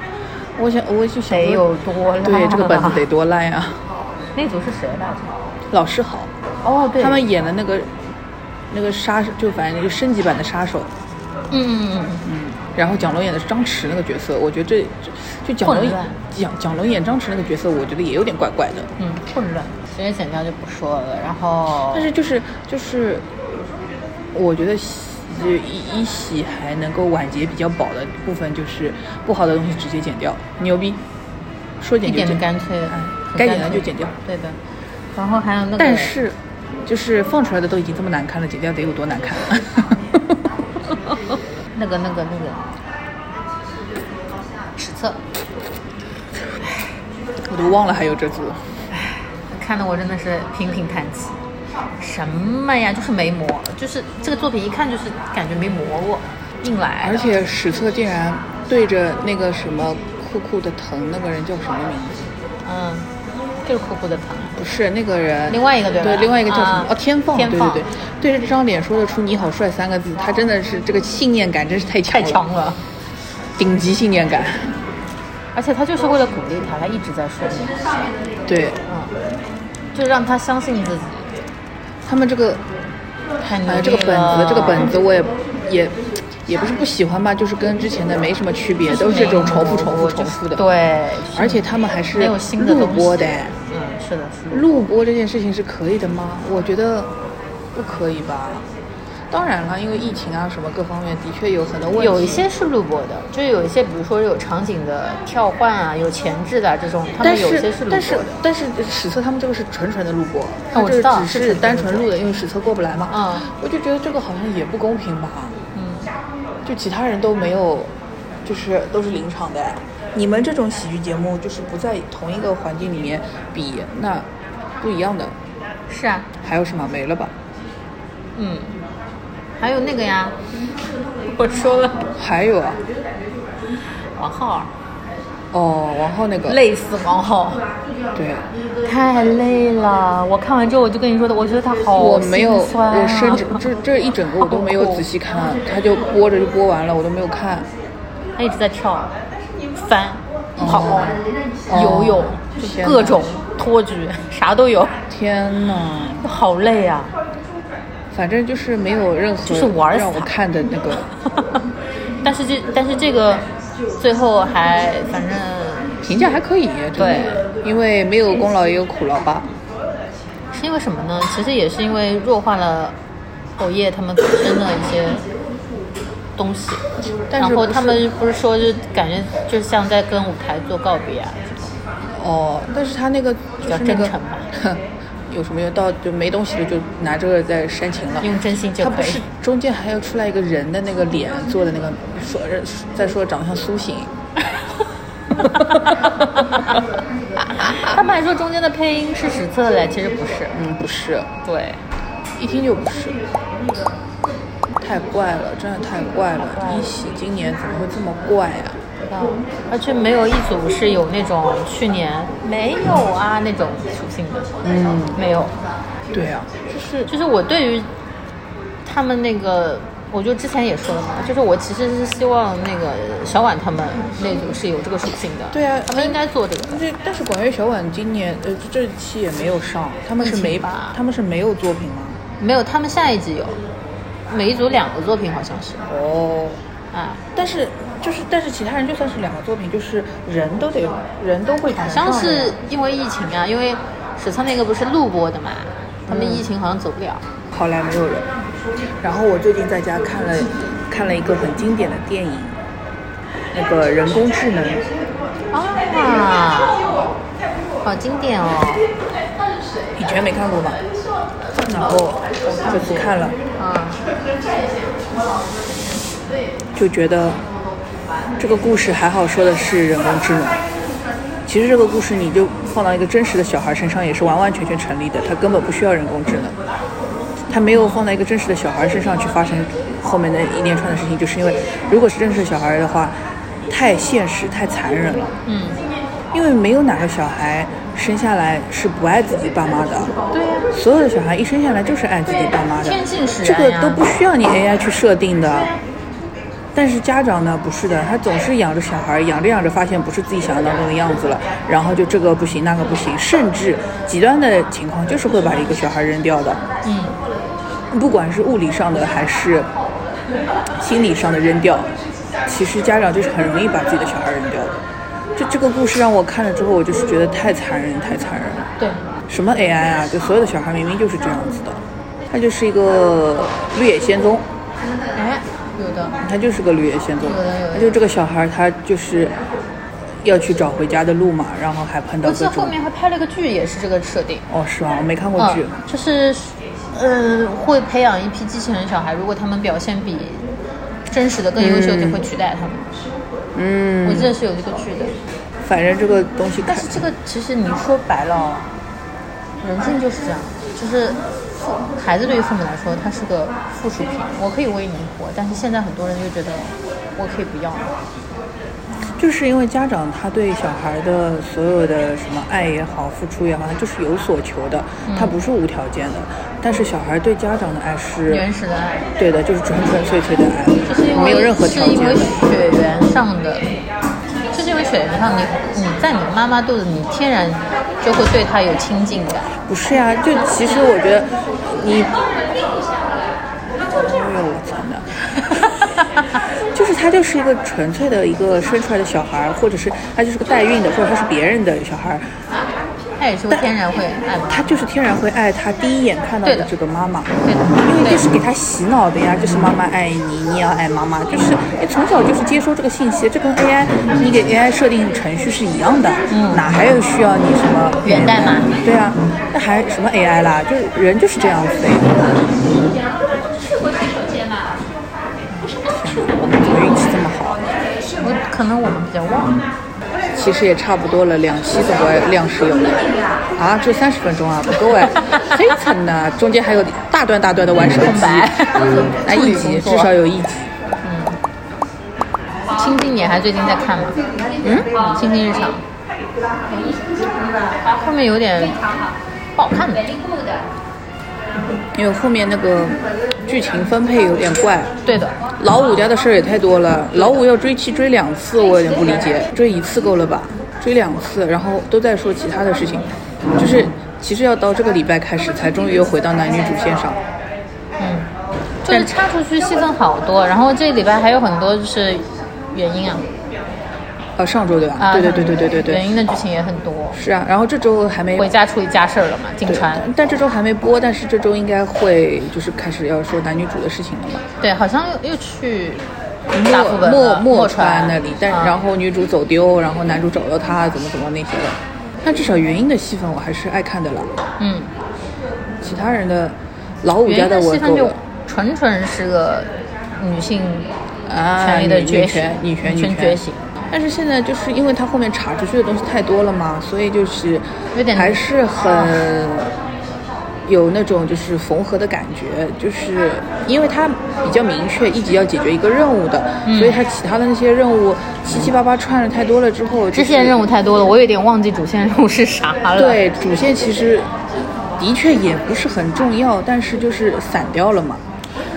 Speaker 2: 我想，我就想
Speaker 1: 得
Speaker 2: 说
Speaker 1: 有多烂？啊
Speaker 2: 对这个本子得多烂呀！
Speaker 1: 那组是谁来着？
Speaker 2: 老师好，
Speaker 1: 哦，对，
Speaker 2: 他们演的那个那个杀手，就反正就升级版的杀手，
Speaker 1: 嗯嗯嗯嗯
Speaker 2: 然后蒋龙演的是张弛那个角色，我觉得这这就蒋龙
Speaker 1: 混乱
Speaker 2: 蒋蒋龙演张弛那个角色，我觉得也有点怪怪的。
Speaker 1: 嗯，混乱。直接剪掉就不说了，然后
Speaker 2: 但是就是就是，我觉得喜就一一喜还能够晚节比较保的部分，就是不好的东西直接剪掉，牛逼，说
Speaker 1: 一
Speaker 2: 剪就
Speaker 1: 点就
Speaker 2: 剪。
Speaker 1: 干脆
Speaker 2: 哎该剪的就剪掉。
Speaker 1: 对的。然后还有那个，
Speaker 2: 但是，就是放出来的都已经这么难看了，剪掉得有多难看？
Speaker 1: [laughs]
Speaker 2: [laughs]
Speaker 1: 那个那个那个史册，
Speaker 2: 我都忘了还有这组。
Speaker 1: 看得我真的是频频叹气。什么呀？就是没磨，就是这个作品一看就是感觉没磨过，硬来的。
Speaker 2: 而且史册竟然对着那个什么酷酷的疼那个人叫什么名字？
Speaker 1: 嗯，就是酷酷的疼。
Speaker 2: 不是那个人，
Speaker 1: 另外一个对吧
Speaker 2: 对，另外一个叫什么
Speaker 1: 啊？
Speaker 2: 哦，天放，对
Speaker 1: 天
Speaker 2: 对
Speaker 1: 放
Speaker 2: 对，对着这张脸说得出“你好帅”三个字，他真的是这个信念感真是太强
Speaker 1: 太
Speaker 2: 了，
Speaker 1: 强了，
Speaker 2: 顶级信念感。
Speaker 1: 而且他就是为了鼓励他，他一直在说你，
Speaker 2: 对
Speaker 1: 就让他相信自己。
Speaker 2: 他们这个，
Speaker 1: 太努力
Speaker 2: 呃，
Speaker 1: 了。
Speaker 2: 这个本子，这个本子我也也也不是不喜欢吧，就是跟之前的没什么区别，都是这种重复、重复、重复
Speaker 1: 就
Speaker 2: 的。
Speaker 1: 是，对，
Speaker 2: 而且他们还是
Speaker 1: 没有新的
Speaker 2: 录
Speaker 1: 东西
Speaker 2: 播的，
Speaker 1: 嗯，是的，是的。
Speaker 2: 录播这件事情是可以的吗？我觉得不可以吧。当然了，因为疫情啊什么各方面，的确有很多问题。
Speaker 1: 有一些是录播的，就有一些，比如说有场景的跳换啊，有前置的、啊、这种，他
Speaker 2: 但
Speaker 1: 们
Speaker 2: 是
Speaker 1: 有些是录播
Speaker 2: 但是
Speaker 1: 的。啊
Speaker 2: 但是史册他们这个是纯纯的录播，他
Speaker 1: 我
Speaker 2: 这
Speaker 1: 知道
Speaker 2: 只
Speaker 1: 是
Speaker 2: 是
Speaker 1: 纯纯
Speaker 2: 单
Speaker 1: 录
Speaker 2: 纯
Speaker 1: 播
Speaker 2: 录的，因为史册过不来嘛。
Speaker 1: 嗯
Speaker 2: 我就觉得这个好像也不公平吧。嗯，就其他人都没有，就是都是临场的。哎你们这种喜剧节目就是不在同一个环境里面比，那不一样的。
Speaker 1: 是啊，
Speaker 2: 还有什么没了吧？
Speaker 1: 嗯，还有那个呀，我说了，
Speaker 2: 还有啊，
Speaker 1: 王浩，
Speaker 2: 哦，王浩那个，
Speaker 1: 累死王浩，
Speaker 2: 对，
Speaker 1: 太累了。我看完之后我就跟你说的，我觉得他好、
Speaker 2: 哦我没有，
Speaker 1: 酸啊、
Speaker 2: 我
Speaker 1: [laughs]
Speaker 2: 甚至这这一整个我都没有仔细看，他就播着就播完了，我都没有看。
Speaker 1: 他一直在跳、啊翻、
Speaker 2: 哦
Speaker 1: 跑、游泳，哦就
Speaker 2: 天
Speaker 1: 各
Speaker 2: 哪
Speaker 1: 种托举，啥都有，
Speaker 2: 天呐，
Speaker 1: 好累啊！ [laughs]
Speaker 2: 反正就是没有任何
Speaker 1: 就是玩死
Speaker 2: 让我
Speaker 1: 他
Speaker 2: 看的那个， [laughs]
Speaker 1: 但是这但是这个最后还反正
Speaker 2: 评价还可以，真的
Speaker 1: 对，
Speaker 2: 因为没有功劳也有苦劳吧。
Speaker 1: 是因为什么呢？其实也是因为弱化了侯烨他们本身的一些东西，
Speaker 2: 但是
Speaker 1: 然
Speaker 2: 不
Speaker 1: 后
Speaker 2: 是
Speaker 1: 他们不是说就感觉就像在跟舞台做告别啊，
Speaker 2: 哦，但是他那个就是
Speaker 1: 比较
Speaker 2: 那个
Speaker 1: 真诚吧，
Speaker 2: 哼 [laughs] 有什么用？到就没东西了，就拿这个在煽情了。
Speaker 1: 用真心就
Speaker 2: 他
Speaker 1: 可
Speaker 2: 不
Speaker 1: 以
Speaker 2: 是。中间还要出来一个人的那个脸做的那个，说再说长得像苏醒，
Speaker 1: 他们还说中间的配音是史册嘞，其实不是。
Speaker 2: 嗯，不是，
Speaker 1: 对，
Speaker 2: 一听就不是，太怪了，真的太怪了！一喜今年怎么会这么怪啊呀、
Speaker 1: 而且没有一组是有那种去年没有啊那种属性的，嗯，没有。
Speaker 2: 对啊呀、
Speaker 1: 就是就是我对于他们那个，我就之前也说了嘛，就是我其实是希望那个小婉他们那组是有这个属性的，
Speaker 2: 对啊
Speaker 1: 他们应该做这个的。
Speaker 2: 但是但是管乐小婉今年呃这期也没有上，他们是
Speaker 1: 疫情
Speaker 2: 没
Speaker 1: 吧
Speaker 2: 他们是没有作品吗？
Speaker 1: 没有，他们下一季有，每一组两个作品好像是，
Speaker 2: 哦，
Speaker 1: 啊，
Speaker 2: 但是就是但是其他人就算是两个作品，就是人都得人都会好
Speaker 1: 好像是因为疫情啊，因为史册那个不是录播的嘛，他们疫情好像走不了。
Speaker 2: 好莱没有人。然后我最近在家看了看了一个很经典的电影，那个人工智能，
Speaker 1: 嗯啊，好经典哦！
Speaker 2: 以前没看过吧？然后这次看了，
Speaker 1: 啊，
Speaker 2: 就觉得这个故事还好说的是人工智能。其实这个故事你就放到一个真实的小孩身上也是完完全全成立的，他根本不需要人工智能，他没有放在一个真实的小孩身上去发生后面的一连串的事情，就是因为如果是真实的小孩的话，太现实、太残忍了。
Speaker 1: 嗯，
Speaker 2: 因为没有哪个小孩生下来是不爱自己爸妈的，对呀、所有的小孩一生下来就是爱自己爸妈的，
Speaker 1: 天性使
Speaker 2: 这个
Speaker 1: 然呀
Speaker 2: 都不需要你 AI 去设定的。但是家长呢，不是的，他总是养着小孩，养着养着发现不是自己想象当中的样子了，然后就这个不行那个不行，甚至极端的情况就是会把一个小孩扔掉的。嗯，不管是物理上的还是心理上的扔掉，其实家长就是很容易把自己的小孩扔掉的。就这个故事让我看了之后，我就是觉得太残忍，太残忍了。
Speaker 1: 对，
Speaker 2: 什么 AI 啊，就所有的小孩明明就是这样子的，他就是一个绿野仙踪。
Speaker 1: 哎，有的，
Speaker 2: 他就是个绿野仙踪
Speaker 1: 有的有的，
Speaker 2: 他就这个小孩，他就是要去找回家的路嘛，然后还碰到
Speaker 1: 我记
Speaker 2: 各
Speaker 1: 得后
Speaker 2: 种
Speaker 1: 面还拍了个剧，也是这个设定。
Speaker 2: 哦，是吧？我没看过剧，
Speaker 1: 嗯，就是，呃，会培养一批机器人小孩，如果他们表现比真实的更优秀，就会取代他们。
Speaker 2: 嗯，
Speaker 1: 我记得是有这个剧的，
Speaker 2: 反正这个东西看
Speaker 1: 但是这个其实你说白了哦，人性就是这样，就是父孩子对于父母来说，他是个附属品，我可以为你活，但是现在很多人就觉得我可以不要你，
Speaker 2: 就是因为家长他对小孩的所有的什么爱也好、付出也好，他就是有所求的，
Speaker 1: 嗯
Speaker 2: 他不是无条件的。但是小孩对家长的爱是
Speaker 1: 原始的爱。
Speaker 2: 对的，就是纯纯粹粹的爱，
Speaker 1: 就是因为
Speaker 2: 没有任何条
Speaker 1: 是因
Speaker 2: 件
Speaker 1: 为
Speaker 2: 的。
Speaker 1: 血缘上的，就是因为血缘上你你在你妈妈肚子，你天然就会对她有亲近感。
Speaker 2: 不是呀、就其实我觉得你，哎呦我操的！
Speaker 1: [laughs]
Speaker 2: 就是他就是一个纯粹的一个生出来的小孩儿，或者是他就是个代孕的，或者他是别人的小孩儿，
Speaker 1: 她也是会天然会爱妈妈
Speaker 2: 他就是天然会爱他第一眼看到
Speaker 1: 对
Speaker 2: 的
Speaker 1: 的
Speaker 2: 这个妈妈，
Speaker 1: 对的
Speaker 2: 因为
Speaker 1: 对
Speaker 2: 这是给他洗脑的呀，就是妈妈爱你，你也要爱妈妈，就是你从小就是接收这个信息，这跟 AI 你给 AI 设定程序是一样的，哪还有需要你什么
Speaker 1: 源代码？
Speaker 2: 对啊，那还什么 AI 啦？就是人就是这样子的呀。我们怎么运气这么好？
Speaker 1: 我可能我们比较忘了，
Speaker 2: 其实也差不多了，两期总归量是有的。啊，只有三十分钟啊，不够 [laughs] 哎，黑惨呐！中间还有大段大段的玩手
Speaker 1: 空
Speaker 2: 机
Speaker 1: 白，
Speaker 2: 嗯
Speaker 1: [laughs]
Speaker 2: 那一
Speaker 1: 助理
Speaker 2: 集
Speaker 1: 工作
Speaker 2: 至少有一集。
Speaker 1: 亲近你还最近在看吗？嗯，亲近日常。后面有点不好看的，
Speaker 2: 因为后面那个剧情分配有点怪，
Speaker 1: 对的，
Speaker 2: 老五家的事儿也太多了，老五要追妻追两次，我有点不理解，追一次够了吧？追两次，然后都在说其他的事情，就是其实要到这个礼拜开始才终于又回到男女主线上。
Speaker 1: 就是插出去戏份好多，然后这个礼拜还有很多就是原因啊，
Speaker 2: 呃，上周对吧？
Speaker 1: 啊，
Speaker 2: 对对对对对对
Speaker 1: 原
Speaker 2: 对，
Speaker 1: 因的剧情也很多，
Speaker 2: 是啊，然后这周还没
Speaker 1: 回家处理家事儿了嘛，进
Speaker 2: 对
Speaker 1: 川。
Speaker 2: 但但这周还没播，但是这周应该会就是开始要说男女主的事情了嘛。
Speaker 1: 对，好像又又去大副
Speaker 2: 莫
Speaker 1: 本
Speaker 2: 莫
Speaker 1: 了
Speaker 2: 莫
Speaker 1: 川
Speaker 2: 川那里，但、
Speaker 1: 啊
Speaker 2: 然后女主走丢，然后男主找到她，怎么怎么那些的。但至少元英的戏份我还是爱看的了，
Speaker 1: 嗯，
Speaker 2: 其他人的老五
Speaker 1: 原
Speaker 2: 家
Speaker 1: 因的
Speaker 2: 我
Speaker 1: 戏份
Speaker 2: 够
Speaker 1: 就
Speaker 2: 了。
Speaker 1: 纯纯是个女性
Speaker 2: 啊，
Speaker 1: 权利的
Speaker 2: 女
Speaker 1: 觉
Speaker 2: 女
Speaker 1: 醒
Speaker 2: 权，女权，
Speaker 1: 女权觉醒。
Speaker 2: 但是现在就是因为他后面查出去的东西太多了嘛，所以就是
Speaker 1: 有点啊
Speaker 2: 还是很有那种就是缝合的感觉，就是因为他比较明确一集要解决一个任务的，
Speaker 1: 嗯
Speaker 2: 所以他其他的那些任务七七八八串的太多了之后，
Speaker 1: 支线任务太多了，我有点忘记主线任务是啥了。，
Speaker 2: 对主线其实的确也不是很重要，但是就是散掉了嘛。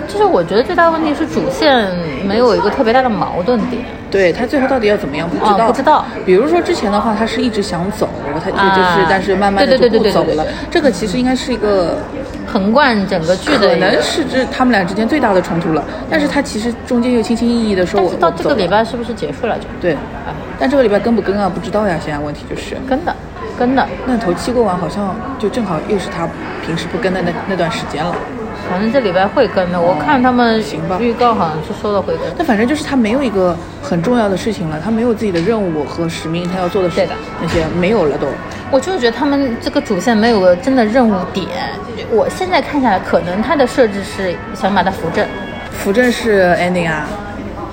Speaker 1: 就是我觉得最大的问题是主线没有一个特别大的矛盾点。
Speaker 2: 对他最后到底要怎么样不知
Speaker 1: 哦
Speaker 2: 道，
Speaker 1: 不知道。
Speaker 2: 比如说之前的话，他是一直想走，他就
Speaker 1: 啊
Speaker 2: 就是，但是慢慢的
Speaker 1: 对对
Speaker 2: 就不
Speaker 1: 对对
Speaker 2: 走
Speaker 1: 对对
Speaker 2: 了
Speaker 1: 对。
Speaker 2: 这个其实应该是一个，
Speaker 1: 横贯整个剧的
Speaker 2: 可
Speaker 1: 一个，
Speaker 2: 能是这他们俩之间最大的冲突了。但是他其实中间又轻轻易易的说
Speaker 1: 但
Speaker 2: 我
Speaker 1: 是到
Speaker 2: 我
Speaker 1: 这
Speaker 2: 走
Speaker 1: 个礼
Speaker 2: 了。
Speaker 1: 拜是不是结束了就？
Speaker 2: 对
Speaker 1: 哎，
Speaker 2: 但这个礼拜跟不跟啊？不知道呀。现在问题就是，
Speaker 1: 跟的，跟的，
Speaker 2: 那头七过完好像就正好又是他平时不跟的那那段时间了。
Speaker 1: 反正这礼拜会跟的。我看他们
Speaker 2: 行吧
Speaker 1: 预告好像是说了会跟。
Speaker 2: 但反正就是他没有一个很重要的事情了，他没有自己的任务和使命，他要做的事
Speaker 1: 对的
Speaker 2: 那些没有了都。
Speaker 1: 我就是觉得他们这个主线没有个真的任务点。我现在看下来，可能他的设置是想把它扶正，
Speaker 2: 扶正是 ending 啊。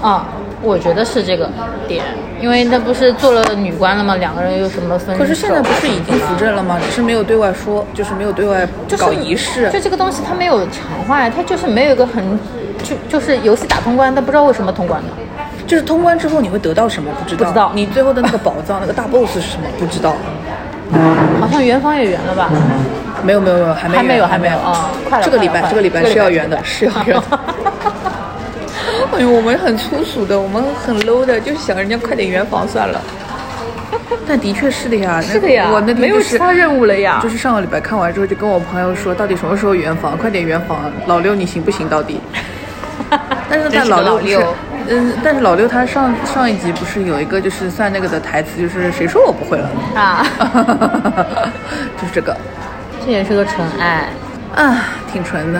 Speaker 1: 啊、我觉得是这个点，因为那不是做了女官了吗？两个人又什么分手？
Speaker 2: 可是现在不是已经扶正了吗？只是没有对外说，就是没有对外
Speaker 1: 就是
Speaker 2: 搞仪式。
Speaker 1: 就这个东西它没有强化，它就是没有一个很就就是游戏打通关，但不知道为什么通关的。
Speaker 2: 就是通关之后你会得到什么？不知道。
Speaker 1: 不知道
Speaker 2: 你最后的那个宝藏，那个大 boss 是什么？不知道。
Speaker 1: 好像圆方也圆了吧？
Speaker 2: 没有没有没有，还没
Speaker 1: 还没有
Speaker 2: 还没
Speaker 1: 还没有啊快了
Speaker 2: 这个礼
Speaker 1: 快了
Speaker 2: 拜这个礼拜
Speaker 1: 快了
Speaker 2: 是要圆的，是要圆的。 [laughs] 哎呦，我们很粗俗的，我们很 low 的，就是想人家快点圆房算了。但的确是的呀，那我那天就是
Speaker 1: 任务了呀
Speaker 2: 就是上个礼拜看完之后，就跟我朋友说，到底什么时候圆房？快点圆房！老六，你行不行？ [laughs] 到底？但是
Speaker 1: 真
Speaker 2: 但
Speaker 1: 是个
Speaker 2: 老
Speaker 1: 老
Speaker 2: 六
Speaker 1: 六
Speaker 2: 不是，嗯，但是老六他上上一集不是有一个就是算那个的台词，就是谁说我不会了？
Speaker 1: 啊，
Speaker 2: [laughs] 就是这个，
Speaker 1: 这也是个纯爱，
Speaker 2: 啊，挺纯的，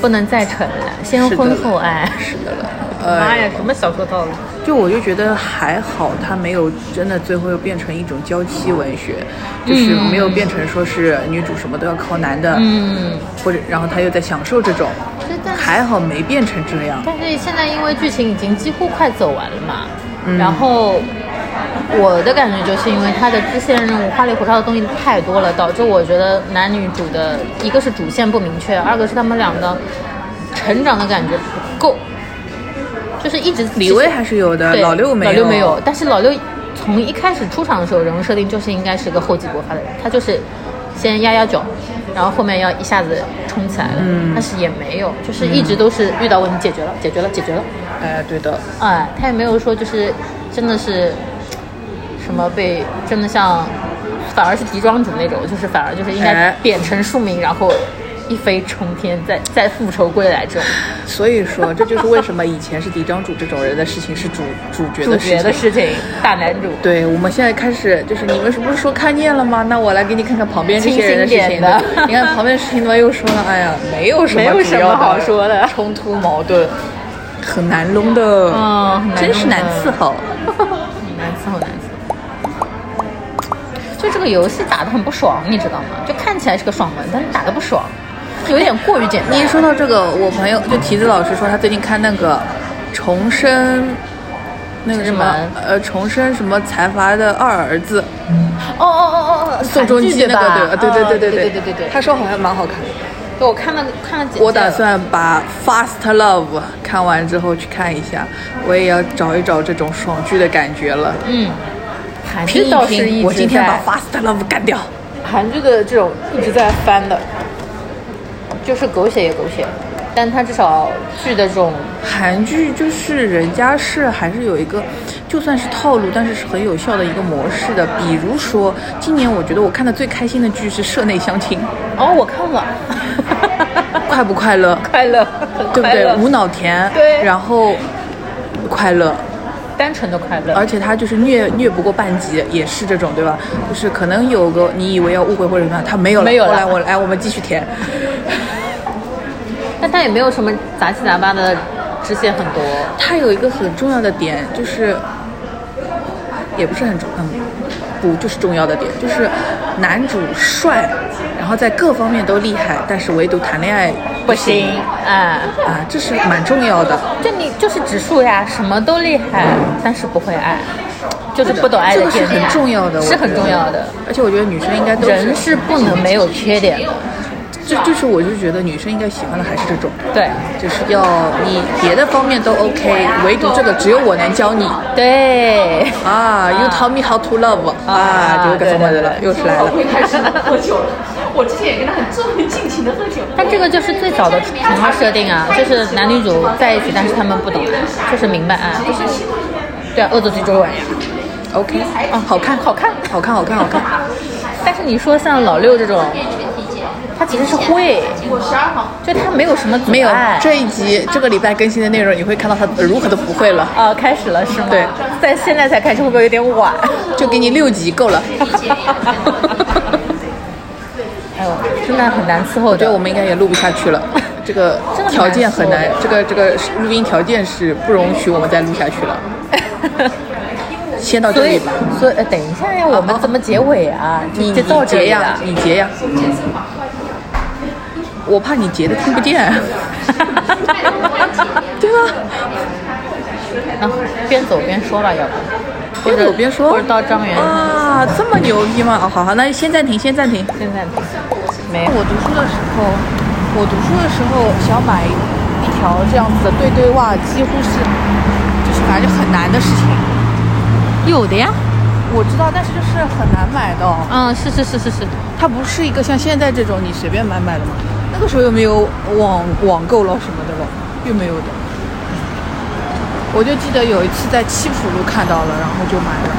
Speaker 1: 不能再纯了，先
Speaker 2: 是的哎
Speaker 1: 婚
Speaker 2: 了
Speaker 1: 后爱。
Speaker 2: 是的了，
Speaker 1: 妈呀，什么小说套路？
Speaker 2: 就我就觉得还好，它没有真的最后又变成一种娇妻文学，就是没有变成说是女主什么都要靠男的，
Speaker 1: 嗯，
Speaker 2: 或者然后她又在享受这种，还好没变成这样。
Speaker 1: 但是现在因为剧情已经几乎快走完了嘛，
Speaker 2: 嗯
Speaker 1: 然后我的感觉就是因为它的支线任务花里胡哨的东西太多了，导致我觉得男女主的一个是主线不明确，二个是他们俩的成长的感觉不够，就是一直
Speaker 2: 李薇还是有的，
Speaker 1: 对
Speaker 2: 呃老六
Speaker 1: 没
Speaker 2: 没
Speaker 1: 老
Speaker 2: 有，
Speaker 1: 六有，但是老六从一开始出场的时候，人物设定就是应该是个厚积薄发的人，他就是先压压脚，然后后面要一下子冲起来了，
Speaker 2: 嗯
Speaker 1: 但是也没有，就是一直都是遇到问题解决了，解决了，解决了，
Speaker 2: 哎，对的，
Speaker 1: 哎，他也没有说就是真的是什么被真的像，反而是狄庄主那种，就是反而就是应该
Speaker 2: 哎
Speaker 1: 贬成庶民，然后一飞冲天，再再复仇归来这种。
Speaker 2: 所以说这就是为什么以前是嫡长主这种人的事情是主主角
Speaker 1: 主
Speaker 2: 的事
Speaker 1: 角
Speaker 2: 情
Speaker 1: 的。事情，大男主。
Speaker 2: 对，我们现在开始就是你们是不是说看厌了吗？那我来给你看看旁边这些人的事
Speaker 1: 清
Speaker 2: 情。
Speaker 1: 醒点的
Speaker 2: 对你看旁边的事情他妈又说了，哎呀，没有什么
Speaker 1: 没有
Speaker 2: 主
Speaker 1: 什
Speaker 2: 要
Speaker 1: 么好说的
Speaker 2: 冲突矛盾很难弄的，
Speaker 1: 嗯很难弄的
Speaker 2: 真是难伺候。
Speaker 1: 难伺候，难伺候。就这个游戏打得很不爽，你知道吗？就看起来是个爽文，但是打得不爽，有一点过于简单。
Speaker 2: 你一说到这个，我朋友就提子老师说他最近看那个重生。那个什么
Speaker 1: 重生，
Speaker 2: 呃，重生什么财阀的二儿子
Speaker 1: 哦哦哦哦哦，
Speaker 2: 宋仲基那
Speaker 1: 韩剧吧
Speaker 2: 个，对对对
Speaker 1: 哦对
Speaker 2: 对
Speaker 1: 对对对
Speaker 2: 他说好像蛮好看的。
Speaker 1: 对我看了看了简介了，
Speaker 2: 我打算把《Fast Love》看完之后去看一下，我也要找一找这种爽剧的感觉了。
Speaker 1: 嗯，韩
Speaker 2: 拼
Speaker 1: 剧
Speaker 2: 一
Speaker 1: 倒是一
Speaker 2: 拼，
Speaker 1: 直
Speaker 2: 我今天把
Speaker 1: 在
Speaker 2: 《Fast Love》干掉。
Speaker 3: 韩剧的这种一直在翻的，
Speaker 1: 就是狗血也狗血，但它至少剧的这种
Speaker 2: 韩剧就是人家是还是有一个，就算是套路，但是是很有效的一个模式的。比如说，今年我觉得我看的最开心的剧是《社内相亲 [laughs]
Speaker 1: 哦，我看了，》，
Speaker 2: 快不快乐？
Speaker 1: 快乐，很
Speaker 2: 对不
Speaker 1: 快乐
Speaker 2: 对？无脑甜，
Speaker 1: 对
Speaker 2: 然后快乐。
Speaker 1: 单纯的快乐，
Speaker 2: 而且他就是虐虐不过半集，也是这种对吧？就是可能有个你以为要误会或者什么样，他没有了。
Speaker 1: 没有了
Speaker 2: 后来我来，我们继续填。
Speaker 1: 但它也没有什么杂七杂八的支线很多。
Speaker 2: 他有一个很重要的点，就是也不是很重，嗯，不就是重要的点，就是男主帅，然后在各方面都厉害，但是唯独谈恋爱
Speaker 1: 不行，哎、
Speaker 2: 啊，这是蛮重要的。
Speaker 1: 就你就是指数呀，什么都厉害，但是不会爱，就是不懂爱
Speaker 2: 这
Speaker 1: 的
Speaker 2: 个是
Speaker 1: 点，
Speaker 2: 很重要的，我
Speaker 1: 是很
Speaker 2: 觉得
Speaker 1: 重要的。。
Speaker 2: 而且我觉得女生应该都
Speaker 1: 人是不能没有缺点的，
Speaker 2: 就就是我就觉得女生应该喜欢的还是这种。
Speaker 1: 对
Speaker 2: 就是要你别的方面都 OK，唯独这个只有我能教你
Speaker 1: 对。
Speaker 2: 啊，You taught me how to love 啊，就是干什么的了，又是来了。
Speaker 4: 开始喝酒了。我之前也跟他很正很尽情的喝酒。
Speaker 1: 但这个就是最早的童话设定啊，就是男女主在一起，但是他们不懂爱，就是明白啊爱，对啊，恶作剧这个玩意儿。
Speaker 2: OK，啊，好看，好看，好看，好看，好看。
Speaker 1: 但是你说像老六这种，他其实是会，就他没有什么阻碍
Speaker 2: 没有这一集这个礼拜更新的内容，你会看到他呃如何的不会了，
Speaker 1: 啊，开始了是吗？
Speaker 2: 对，
Speaker 1: 在现在才开始会不会有点 [laughs] 晚？
Speaker 2: 就给你六集够了。
Speaker 1: 哎呦，真的很难伺候
Speaker 2: 我觉
Speaker 1: 的。
Speaker 2: 得我们应该也录不下去了，这个
Speaker 1: 真的很难
Speaker 2: 条件很难
Speaker 1: 说，
Speaker 2: 这个这个是录音条件是不容许我们再录下去了。先到这
Speaker 1: 所以
Speaker 2: 里吧，，
Speaker 1: 所以呃，等一下呀，我们怎么结尾啊？
Speaker 2: 你
Speaker 1: 这
Speaker 2: 你
Speaker 1: 到这
Speaker 2: 截
Speaker 1: 里啊
Speaker 2: 呀
Speaker 1: 了，，
Speaker 2: 你截呀，我怕你截的听不见。对吧？
Speaker 1: 那啊边走边说吧，要不或
Speaker 2: 边
Speaker 1: 者
Speaker 2: 走边说，
Speaker 1: 或者到张元
Speaker 2: 啊，这么牛逼吗？哦，好好，那先暂停，先暂停。
Speaker 1: 现在没有
Speaker 2: 我读书的时候，我读书的时候想买一条这样子的对对袜，几乎是就是反正就很难的事情。
Speaker 1: 有的呀，
Speaker 2: 我知道，但是就是很难买的、哦。
Speaker 1: 嗯，是是是是是，
Speaker 2: 它不是一个像现在这种你随便买买的嘛。那个时候又没有网网购了什么的了，又没有的。我就记得有一次在七浦路看到了，然后就买了。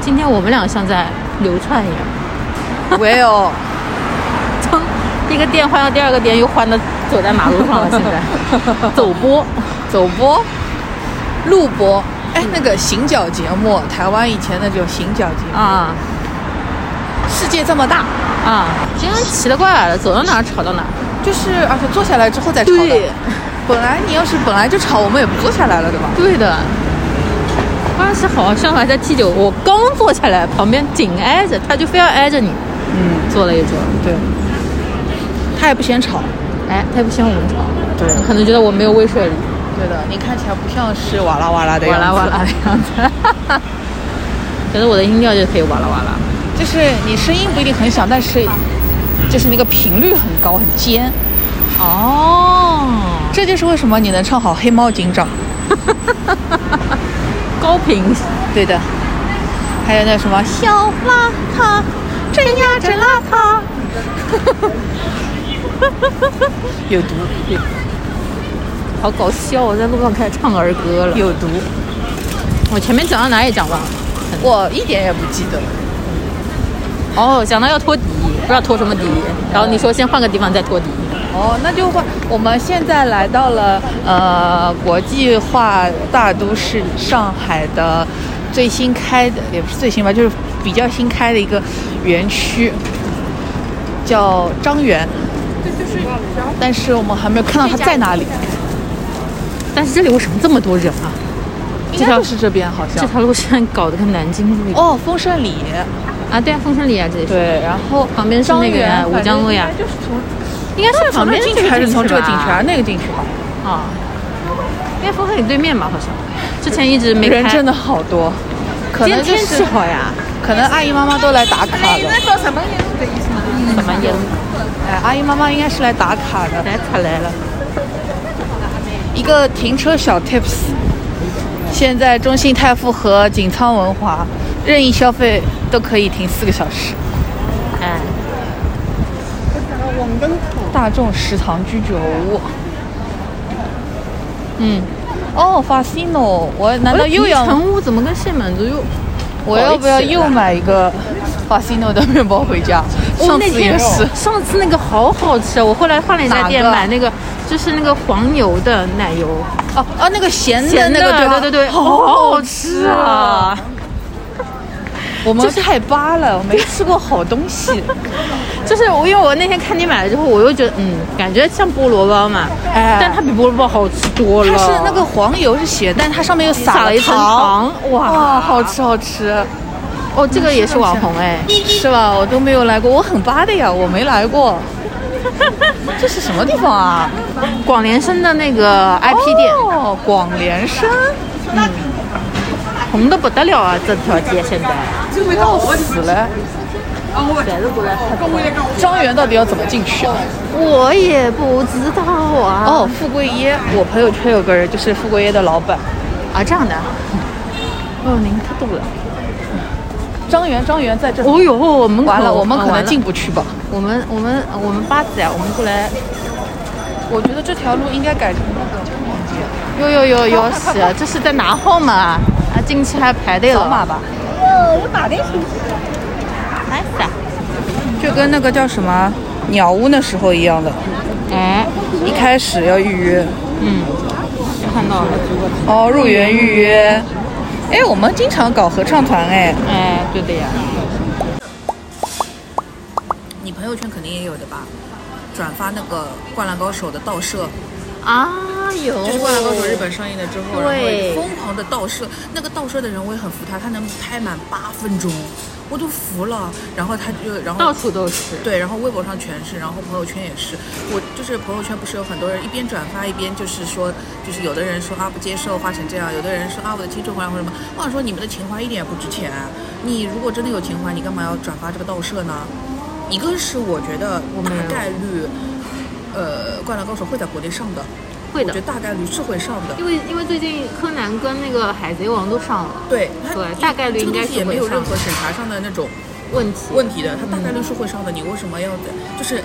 Speaker 1: 今天我们俩像在流窜一样，
Speaker 2: 喂哦，
Speaker 1: 从一个店换到第二个店，又换到走在马路上了。现 [laughs] 在走播，
Speaker 2: 走播，录播。哎，那个行脚节目，台湾以前的叫行脚节目。
Speaker 1: 啊
Speaker 2: 世界这么大，
Speaker 1: 啊，真奇了怪了，走到哪儿吵到哪儿。
Speaker 2: 就是而且坐下来之后再吵的。本来你要是本来就吵，我们也不坐下来了，对吧？
Speaker 1: 对的，当时好像还在 T 九，我刚坐下来，旁边紧挨着，他就非要挨着你，
Speaker 2: 嗯，
Speaker 1: 坐了一桌。
Speaker 2: 对。他也不嫌吵，
Speaker 1: 哎，他也不嫌我们吵，
Speaker 2: 对
Speaker 1: 可能觉得我没有威慑力，
Speaker 2: 对的，你看起来不像是哇啦哇啦的
Speaker 1: 哇
Speaker 2: 样子，
Speaker 1: 啦哇啦的样子，觉得我的音调就可以哇啦哇啦。
Speaker 2: 就是你声音不一定很响，但是就是那个频率很高很尖，
Speaker 1: 哦，
Speaker 2: 这就是为什么你能唱好《黑猫警长》。
Speaker 1: 高频，
Speaker 2: 对的，还有那什么小邋遢，真呀真邋遢，有毒
Speaker 1: 好搞笑！我在路上开始唱儿歌了。
Speaker 2: 有毒，
Speaker 1: 我前面讲到哪里讲忘了。
Speaker 2: 我一点也不记得。
Speaker 1: 哦，讲到要拖底，不知道拖什么底，然后你说先换个地方再拖底。
Speaker 2: 哦，那就换。我们现在来到了呃国际化大都市上海的最新开的，也不是最新吧，就是比较新开的一个园区，叫张园。但是我们还没有看到它在哪里，
Speaker 1: 但是这里为什么这么多人啊？
Speaker 2: 应该就是这边好
Speaker 1: 这
Speaker 2: 像。
Speaker 1: 条路线搞得跟南京路一样。
Speaker 2: 哦，丰盛里。
Speaker 1: 啊，对啊，丰盛里啊，这里是。
Speaker 2: 对，然后
Speaker 1: 旁边是
Speaker 2: 张
Speaker 1: 那个
Speaker 2: 园
Speaker 1: 吴江路呀
Speaker 2: 啊反正应该就是从
Speaker 1: 应该是旁边
Speaker 2: 进去还是从这个进
Speaker 1: 进
Speaker 2: 去
Speaker 1: 吧
Speaker 2: 还是那个进去吧？
Speaker 1: 啊，因为丰盛里对面嘛，好像之前一直没开。
Speaker 2: 人真的好多，可
Speaker 1: 今天
Speaker 2: 能就
Speaker 1: 天
Speaker 2: 是
Speaker 1: 气好呀，
Speaker 2: 可哎能阿姨妈妈都来打卡了。
Speaker 1: 怎么也
Speaker 2: 哎，阿姨妈妈应该是来打卡的。
Speaker 1: 来才来了？
Speaker 2: 一个停车小 tips，现在中信泰富和锦仓文华任意消费都可以停四个小时。
Speaker 1: 哎，
Speaker 2: 大众食堂居酒屋。
Speaker 1: 嗯，
Speaker 2: 哦，Fasino，我难道又要哦
Speaker 1: 我的提成屋怎么跟谢满族又？
Speaker 2: 我要不要又买一个 Fasino 的面包回家？
Speaker 1: 哦
Speaker 2: 上
Speaker 1: 那
Speaker 2: 次
Speaker 1: 天
Speaker 2: 也是。
Speaker 1: 上次那个好好吃啊，我后来换了一家店
Speaker 2: 哪个
Speaker 1: 买那个，就是那个黄油的奶油，
Speaker 2: 哦哦，那个咸的
Speaker 1: 咸
Speaker 2: 那
Speaker 1: 的
Speaker 2: 个吧？
Speaker 1: 对对对
Speaker 2: 好好吃哦啊！我们太巴了，我没吃过好东西。
Speaker 1: 就是我因为我那天看你买了之后，我又觉得嗯，感觉像菠萝包嘛，
Speaker 2: [laughs] 哎
Speaker 1: 但它比菠萝包好吃多了。
Speaker 2: 它是那个黄油是咸，但是它上面又撒
Speaker 1: 撒了一层
Speaker 2: 糖，
Speaker 1: 糖哇
Speaker 2: 哇，好吃好吃，
Speaker 1: 哦，这个也是网红哎，
Speaker 2: 是吧？我都没有来过，我很巴的呀，我没来
Speaker 1: [laughs]
Speaker 2: 过。这是什么地方啊？
Speaker 1: 广联生的那个 IP 店，嗯
Speaker 2: 哦，广联生，
Speaker 1: 红的不得了啊！这条街现在
Speaker 2: 要死了！张园到底要怎么进去啊？
Speaker 1: 我也不知道啊。
Speaker 2: 哦，富贵椰，我朋友圈有个人就是富贵椰的老板，
Speaker 1: 啊，这样的啊，哦，您太逗了。
Speaker 2: 张园，张园在这。
Speaker 1: 哦呦，门口
Speaker 2: 完了，我们可
Speaker 1: 啊
Speaker 2: 能
Speaker 1: 完了
Speaker 2: 进不去吧。
Speaker 1: 我们我们我们八子呀，我们过来。
Speaker 2: 我觉得这条路应该改成那个
Speaker 1: 有有有有是，这是在拿号码啊，啊，进去还排队了。
Speaker 2: 扫码吧，
Speaker 1: 哎啥？
Speaker 2: 就跟那个叫什么鸟屋那时候一样的，
Speaker 1: 哎，
Speaker 2: 一开始要预约，
Speaker 1: 看到了。
Speaker 2: 哦，入园预约。哎，我们经常搞合唱团哎，
Speaker 1: 哎，对的呀。
Speaker 2: 你朋友圈肯定也有的吧？转发那个《灌篮高手》的倒射，
Speaker 1: 啊有。
Speaker 2: 就是《灌篮高手》日本上映了之后，然
Speaker 1: 对
Speaker 2: 后疯狂的倒射，那个倒射的人我也很服他，他能拍满八分钟，我都服了。然后他就，然后
Speaker 1: 到处都是。
Speaker 2: 对，然后微博上全是，然后朋友圈也是。我就是朋友圈不是有很多人一边转发一边就是说，就是有的人说啊不接受花成这样，有的人说啊我的青春回来或者什么。我想说你们的情怀一点也不值钱。你如果真的有情怀，你干嘛要转发这个盗摄呢？一个是我觉得
Speaker 1: 我没有
Speaker 2: 大概率，呃，《灌篮高手》会在国内上的，
Speaker 1: 会
Speaker 2: 我觉
Speaker 1: 的
Speaker 2: 得，大概率是会上的。
Speaker 1: 因为因为最近柯南跟那个海贼王都上了，
Speaker 2: 对，它
Speaker 1: 对大概率
Speaker 2: 这个
Speaker 1: 应该
Speaker 2: 东西
Speaker 1: 是
Speaker 2: 也
Speaker 1: 会
Speaker 2: 没有任
Speaker 1: 上
Speaker 2: 何审查上的那种
Speaker 1: 问题
Speaker 2: 问题的，它大概率是会上的。你为什么要在？就是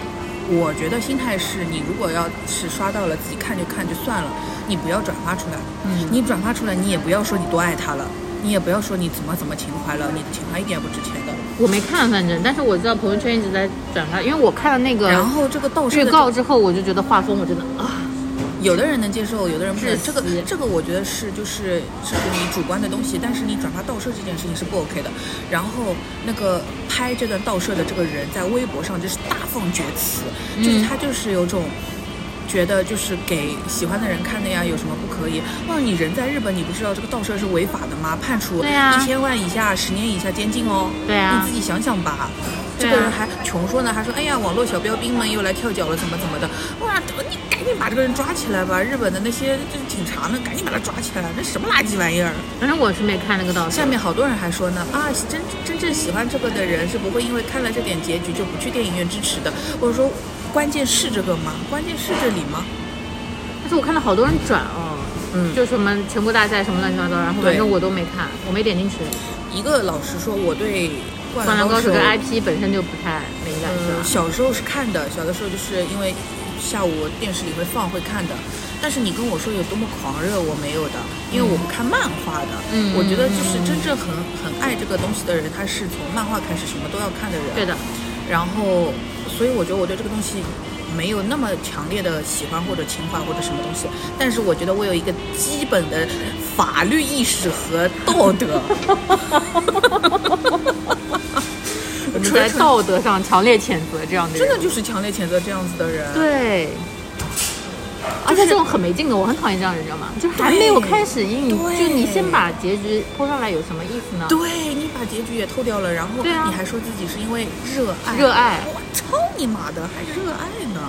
Speaker 2: 我觉得心态是你如果要是刷到了自己看就看就算了，你不要转发出来。嗯，你转发出来，你也不要说你多爱他了，你也不要说你怎么怎么情怀了，你的情怀一点也不值钱的。
Speaker 1: 我没看，反正，但是我知道朋友圈一直在转发，因为我看了那个
Speaker 2: 然后这个倒射
Speaker 1: 预
Speaker 2: 的
Speaker 1: 告之后，我就觉得画风我真的啊，
Speaker 2: 有的人能接受，有的人不能
Speaker 1: 窒。息
Speaker 2: 这个这个我觉得是就是是你主观的东西，但是你转发倒射这件事情是不 OK 的。然后那个拍这
Speaker 1: 嗯
Speaker 2: 段倒射的这个人在微博上就是大放厥词，就是他就是有种。觉得就是给喜欢的人看的呀，有什么不可以？那你人在日本，你不知道这个盗摄是违法的吗？判处
Speaker 1: 对呀
Speaker 2: 一千万以下十年以下监禁哦。
Speaker 1: 对啊呀
Speaker 2: 你自己想想吧。这
Speaker 1: 对啊
Speaker 2: 个
Speaker 1: 呀
Speaker 2: 人还穷说呢，还说哎呀，网络小标兵们又来跳脚了，怎么怎么的？哇，你赶紧把这个人抓起来吧！日本的那些就是警察们，赶紧把他抓起来！这什么垃圾玩意儿？
Speaker 1: 反正我是没看那个导
Speaker 2: 下面好多人还说呢，啊，真真正喜欢这个的人是不会因为看了这点结局就不去电影院支持的。我说，关键是这个吗？关键是这里吗？
Speaker 1: 但是我看到好多人转哦，
Speaker 2: 嗯
Speaker 1: 就什么全国大赛什么乱七八糟，然后反
Speaker 2: 对
Speaker 1: 正我都没看，我没点进去。
Speaker 2: 一个老实说，我对《灌
Speaker 1: 灌篮高手
Speaker 2: 手》
Speaker 1: 这个 IP 本身就不太敏感，是
Speaker 2: 嗯，
Speaker 1: 吧？
Speaker 2: 小时候是看的，小的时候就是因为下午电视里会放会看的。但是你跟我说有多么狂热，我没有的，因为我不看漫画的。
Speaker 1: 嗯
Speaker 2: 我觉得就是真正很很爱这个东西的人，他是从漫画开始什么都要看的人。
Speaker 1: 对的，
Speaker 2: 然后，所以我觉得我对这个东西没有那么强烈的喜欢或者情怀或者什么东西，但是我觉得我有一个基本的法律意识和道德。
Speaker 1: [laughs]
Speaker 2: [laughs]
Speaker 1: 我们
Speaker 2: 纯
Speaker 1: 在
Speaker 2: 纯
Speaker 1: 道德上强烈谴责这样的人。
Speaker 2: 真的就是强烈谴责这样子的人。
Speaker 1: 对。啊而且这种很没劲的，我很讨厌这样的人，你知道吗？就还没有开始，你
Speaker 2: 对
Speaker 1: 就你先把结局铺上来，有什么意思呢？
Speaker 2: 对你把结局也透掉了，然后
Speaker 1: 对啊
Speaker 2: 你还说自己是因为热爱，
Speaker 1: 热爱
Speaker 2: 我操你妈的，还热爱呢？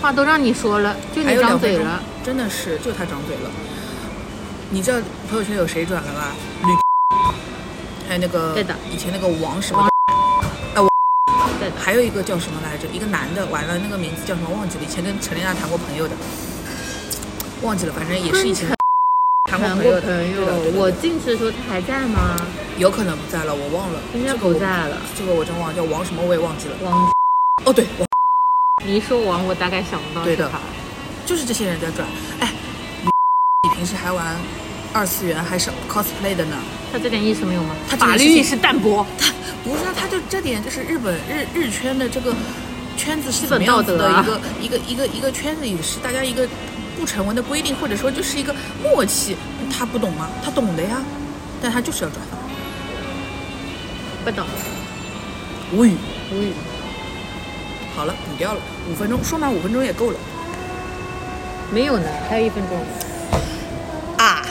Speaker 1: 话都让你说了，就
Speaker 2: 还
Speaker 1: 你
Speaker 2: 有
Speaker 1: 张
Speaker 2: 两分
Speaker 1: 嘴
Speaker 2: 钟
Speaker 1: 了，，
Speaker 2: 真的是就他张嘴了。你知道朋友圈有谁转了吧？吕，还有那个
Speaker 1: 嗯对的
Speaker 2: 以前那个王什么的，哎
Speaker 1: 对的，
Speaker 2: 还有一个叫什么来着？一个男的，完了那个名字叫什么忘记了，以前跟陈丽娜谈过朋友的，忘记了，反正也是以前谈过
Speaker 1: 谈
Speaker 2: 朋
Speaker 1: 过
Speaker 2: 友的。
Speaker 1: 朋友
Speaker 2: 对的对的，
Speaker 1: 我进去的时候他还在吗？
Speaker 2: 有可能不在了，我忘了，
Speaker 1: 应该
Speaker 2: 这个我
Speaker 1: 不在了，
Speaker 2: 这个我真忘了，叫王什么我也忘记了。
Speaker 1: 王，
Speaker 2: 哦，对，我
Speaker 1: 你一说王，我大概想不到
Speaker 2: 对
Speaker 1: 是
Speaker 2: 的
Speaker 1: 他。
Speaker 2: 就是这些人在转。哎，你平时还玩二次元还是 cosplay 的呢？
Speaker 1: 他这点意识没有吗？
Speaker 2: 他这
Speaker 1: 法律
Speaker 2: 件事情
Speaker 1: 意识淡薄，
Speaker 2: 他不是啊，他就这点就是日本日日圈的这个圈子是
Speaker 1: 基
Speaker 2: 怎
Speaker 1: 本
Speaker 2: 么样
Speaker 1: 道
Speaker 2: 子的
Speaker 1: 德
Speaker 2: 一
Speaker 1: 啊
Speaker 2: 个、一个一个一个圈子，也是大家一个不成文的规定，或者说就是一个默契。他不懂吗？他懂的呀，但他就是要转发，
Speaker 1: 不懂，
Speaker 2: 无语。
Speaker 1: 无语。
Speaker 2: 好了，补掉了，五分钟，说满五分钟也够了
Speaker 1: 没有呢，还有一分钟。 [laughs]
Speaker 2: 啊！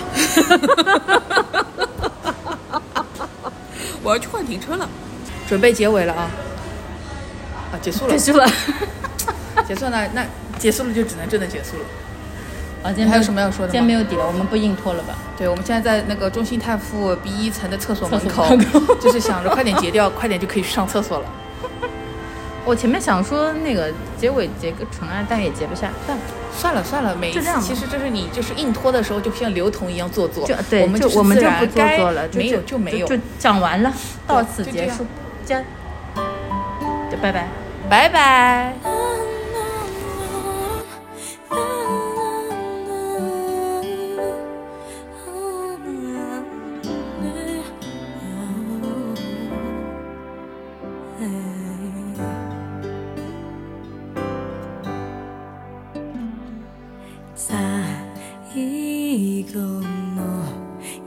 Speaker 2: 我要去换停车了，准备结尾了啊！啊，结束了，
Speaker 1: 束了。
Speaker 2: 结束了，那结束了就只能真的结束了。
Speaker 1: 啊，今天
Speaker 2: 还有什么要说的吗
Speaker 1: 今天没有底了，我们不硬拖了吧？
Speaker 2: 对，我们现在在那个中信泰富 B 一层的厕所门口，
Speaker 1: 厕所门口
Speaker 2: [laughs] 就是想着快点结掉，快点就可以去上厕所了。
Speaker 1: [laughs] 我前面想说那个结尾结个尘埃，但也结不下，算了，
Speaker 2: 算了算了，每一
Speaker 1: 就
Speaker 2: 次
Speaker 1: 这样吧
Speaker 2: 其实就是你就是硬拖的时候，就像刘同一样做作。
Speaker 1: 就对，
Speaker 2: 我们
Speaker 1: 就
Speaker 2: 就是
Speaker 1: 我们
Speaker 2: 自
Speaker 1: 就
Speaker 2: 然
Speaker 1: 不做
Speaker 2: 该
Speaker 1: 作了，就
Speaker 2: 没有
Speaker 1: 就
Speaker 2: 没有。
Speaker 1: 就讲完了，到此
Speaker 2: 就这
Speaker 1: 结
Speaker 2: 样
Speaker 1: 束，这样，就拜拜。
Speaker 2: 拜拜。
Speaker 5: 最後の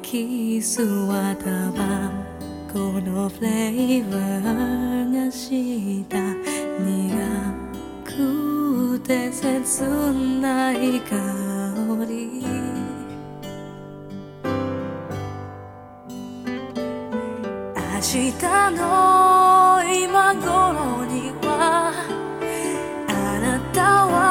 Speaker 5: キスはタバコのフレーバーがした苦くて切ない香り明日の今頃にはあなたは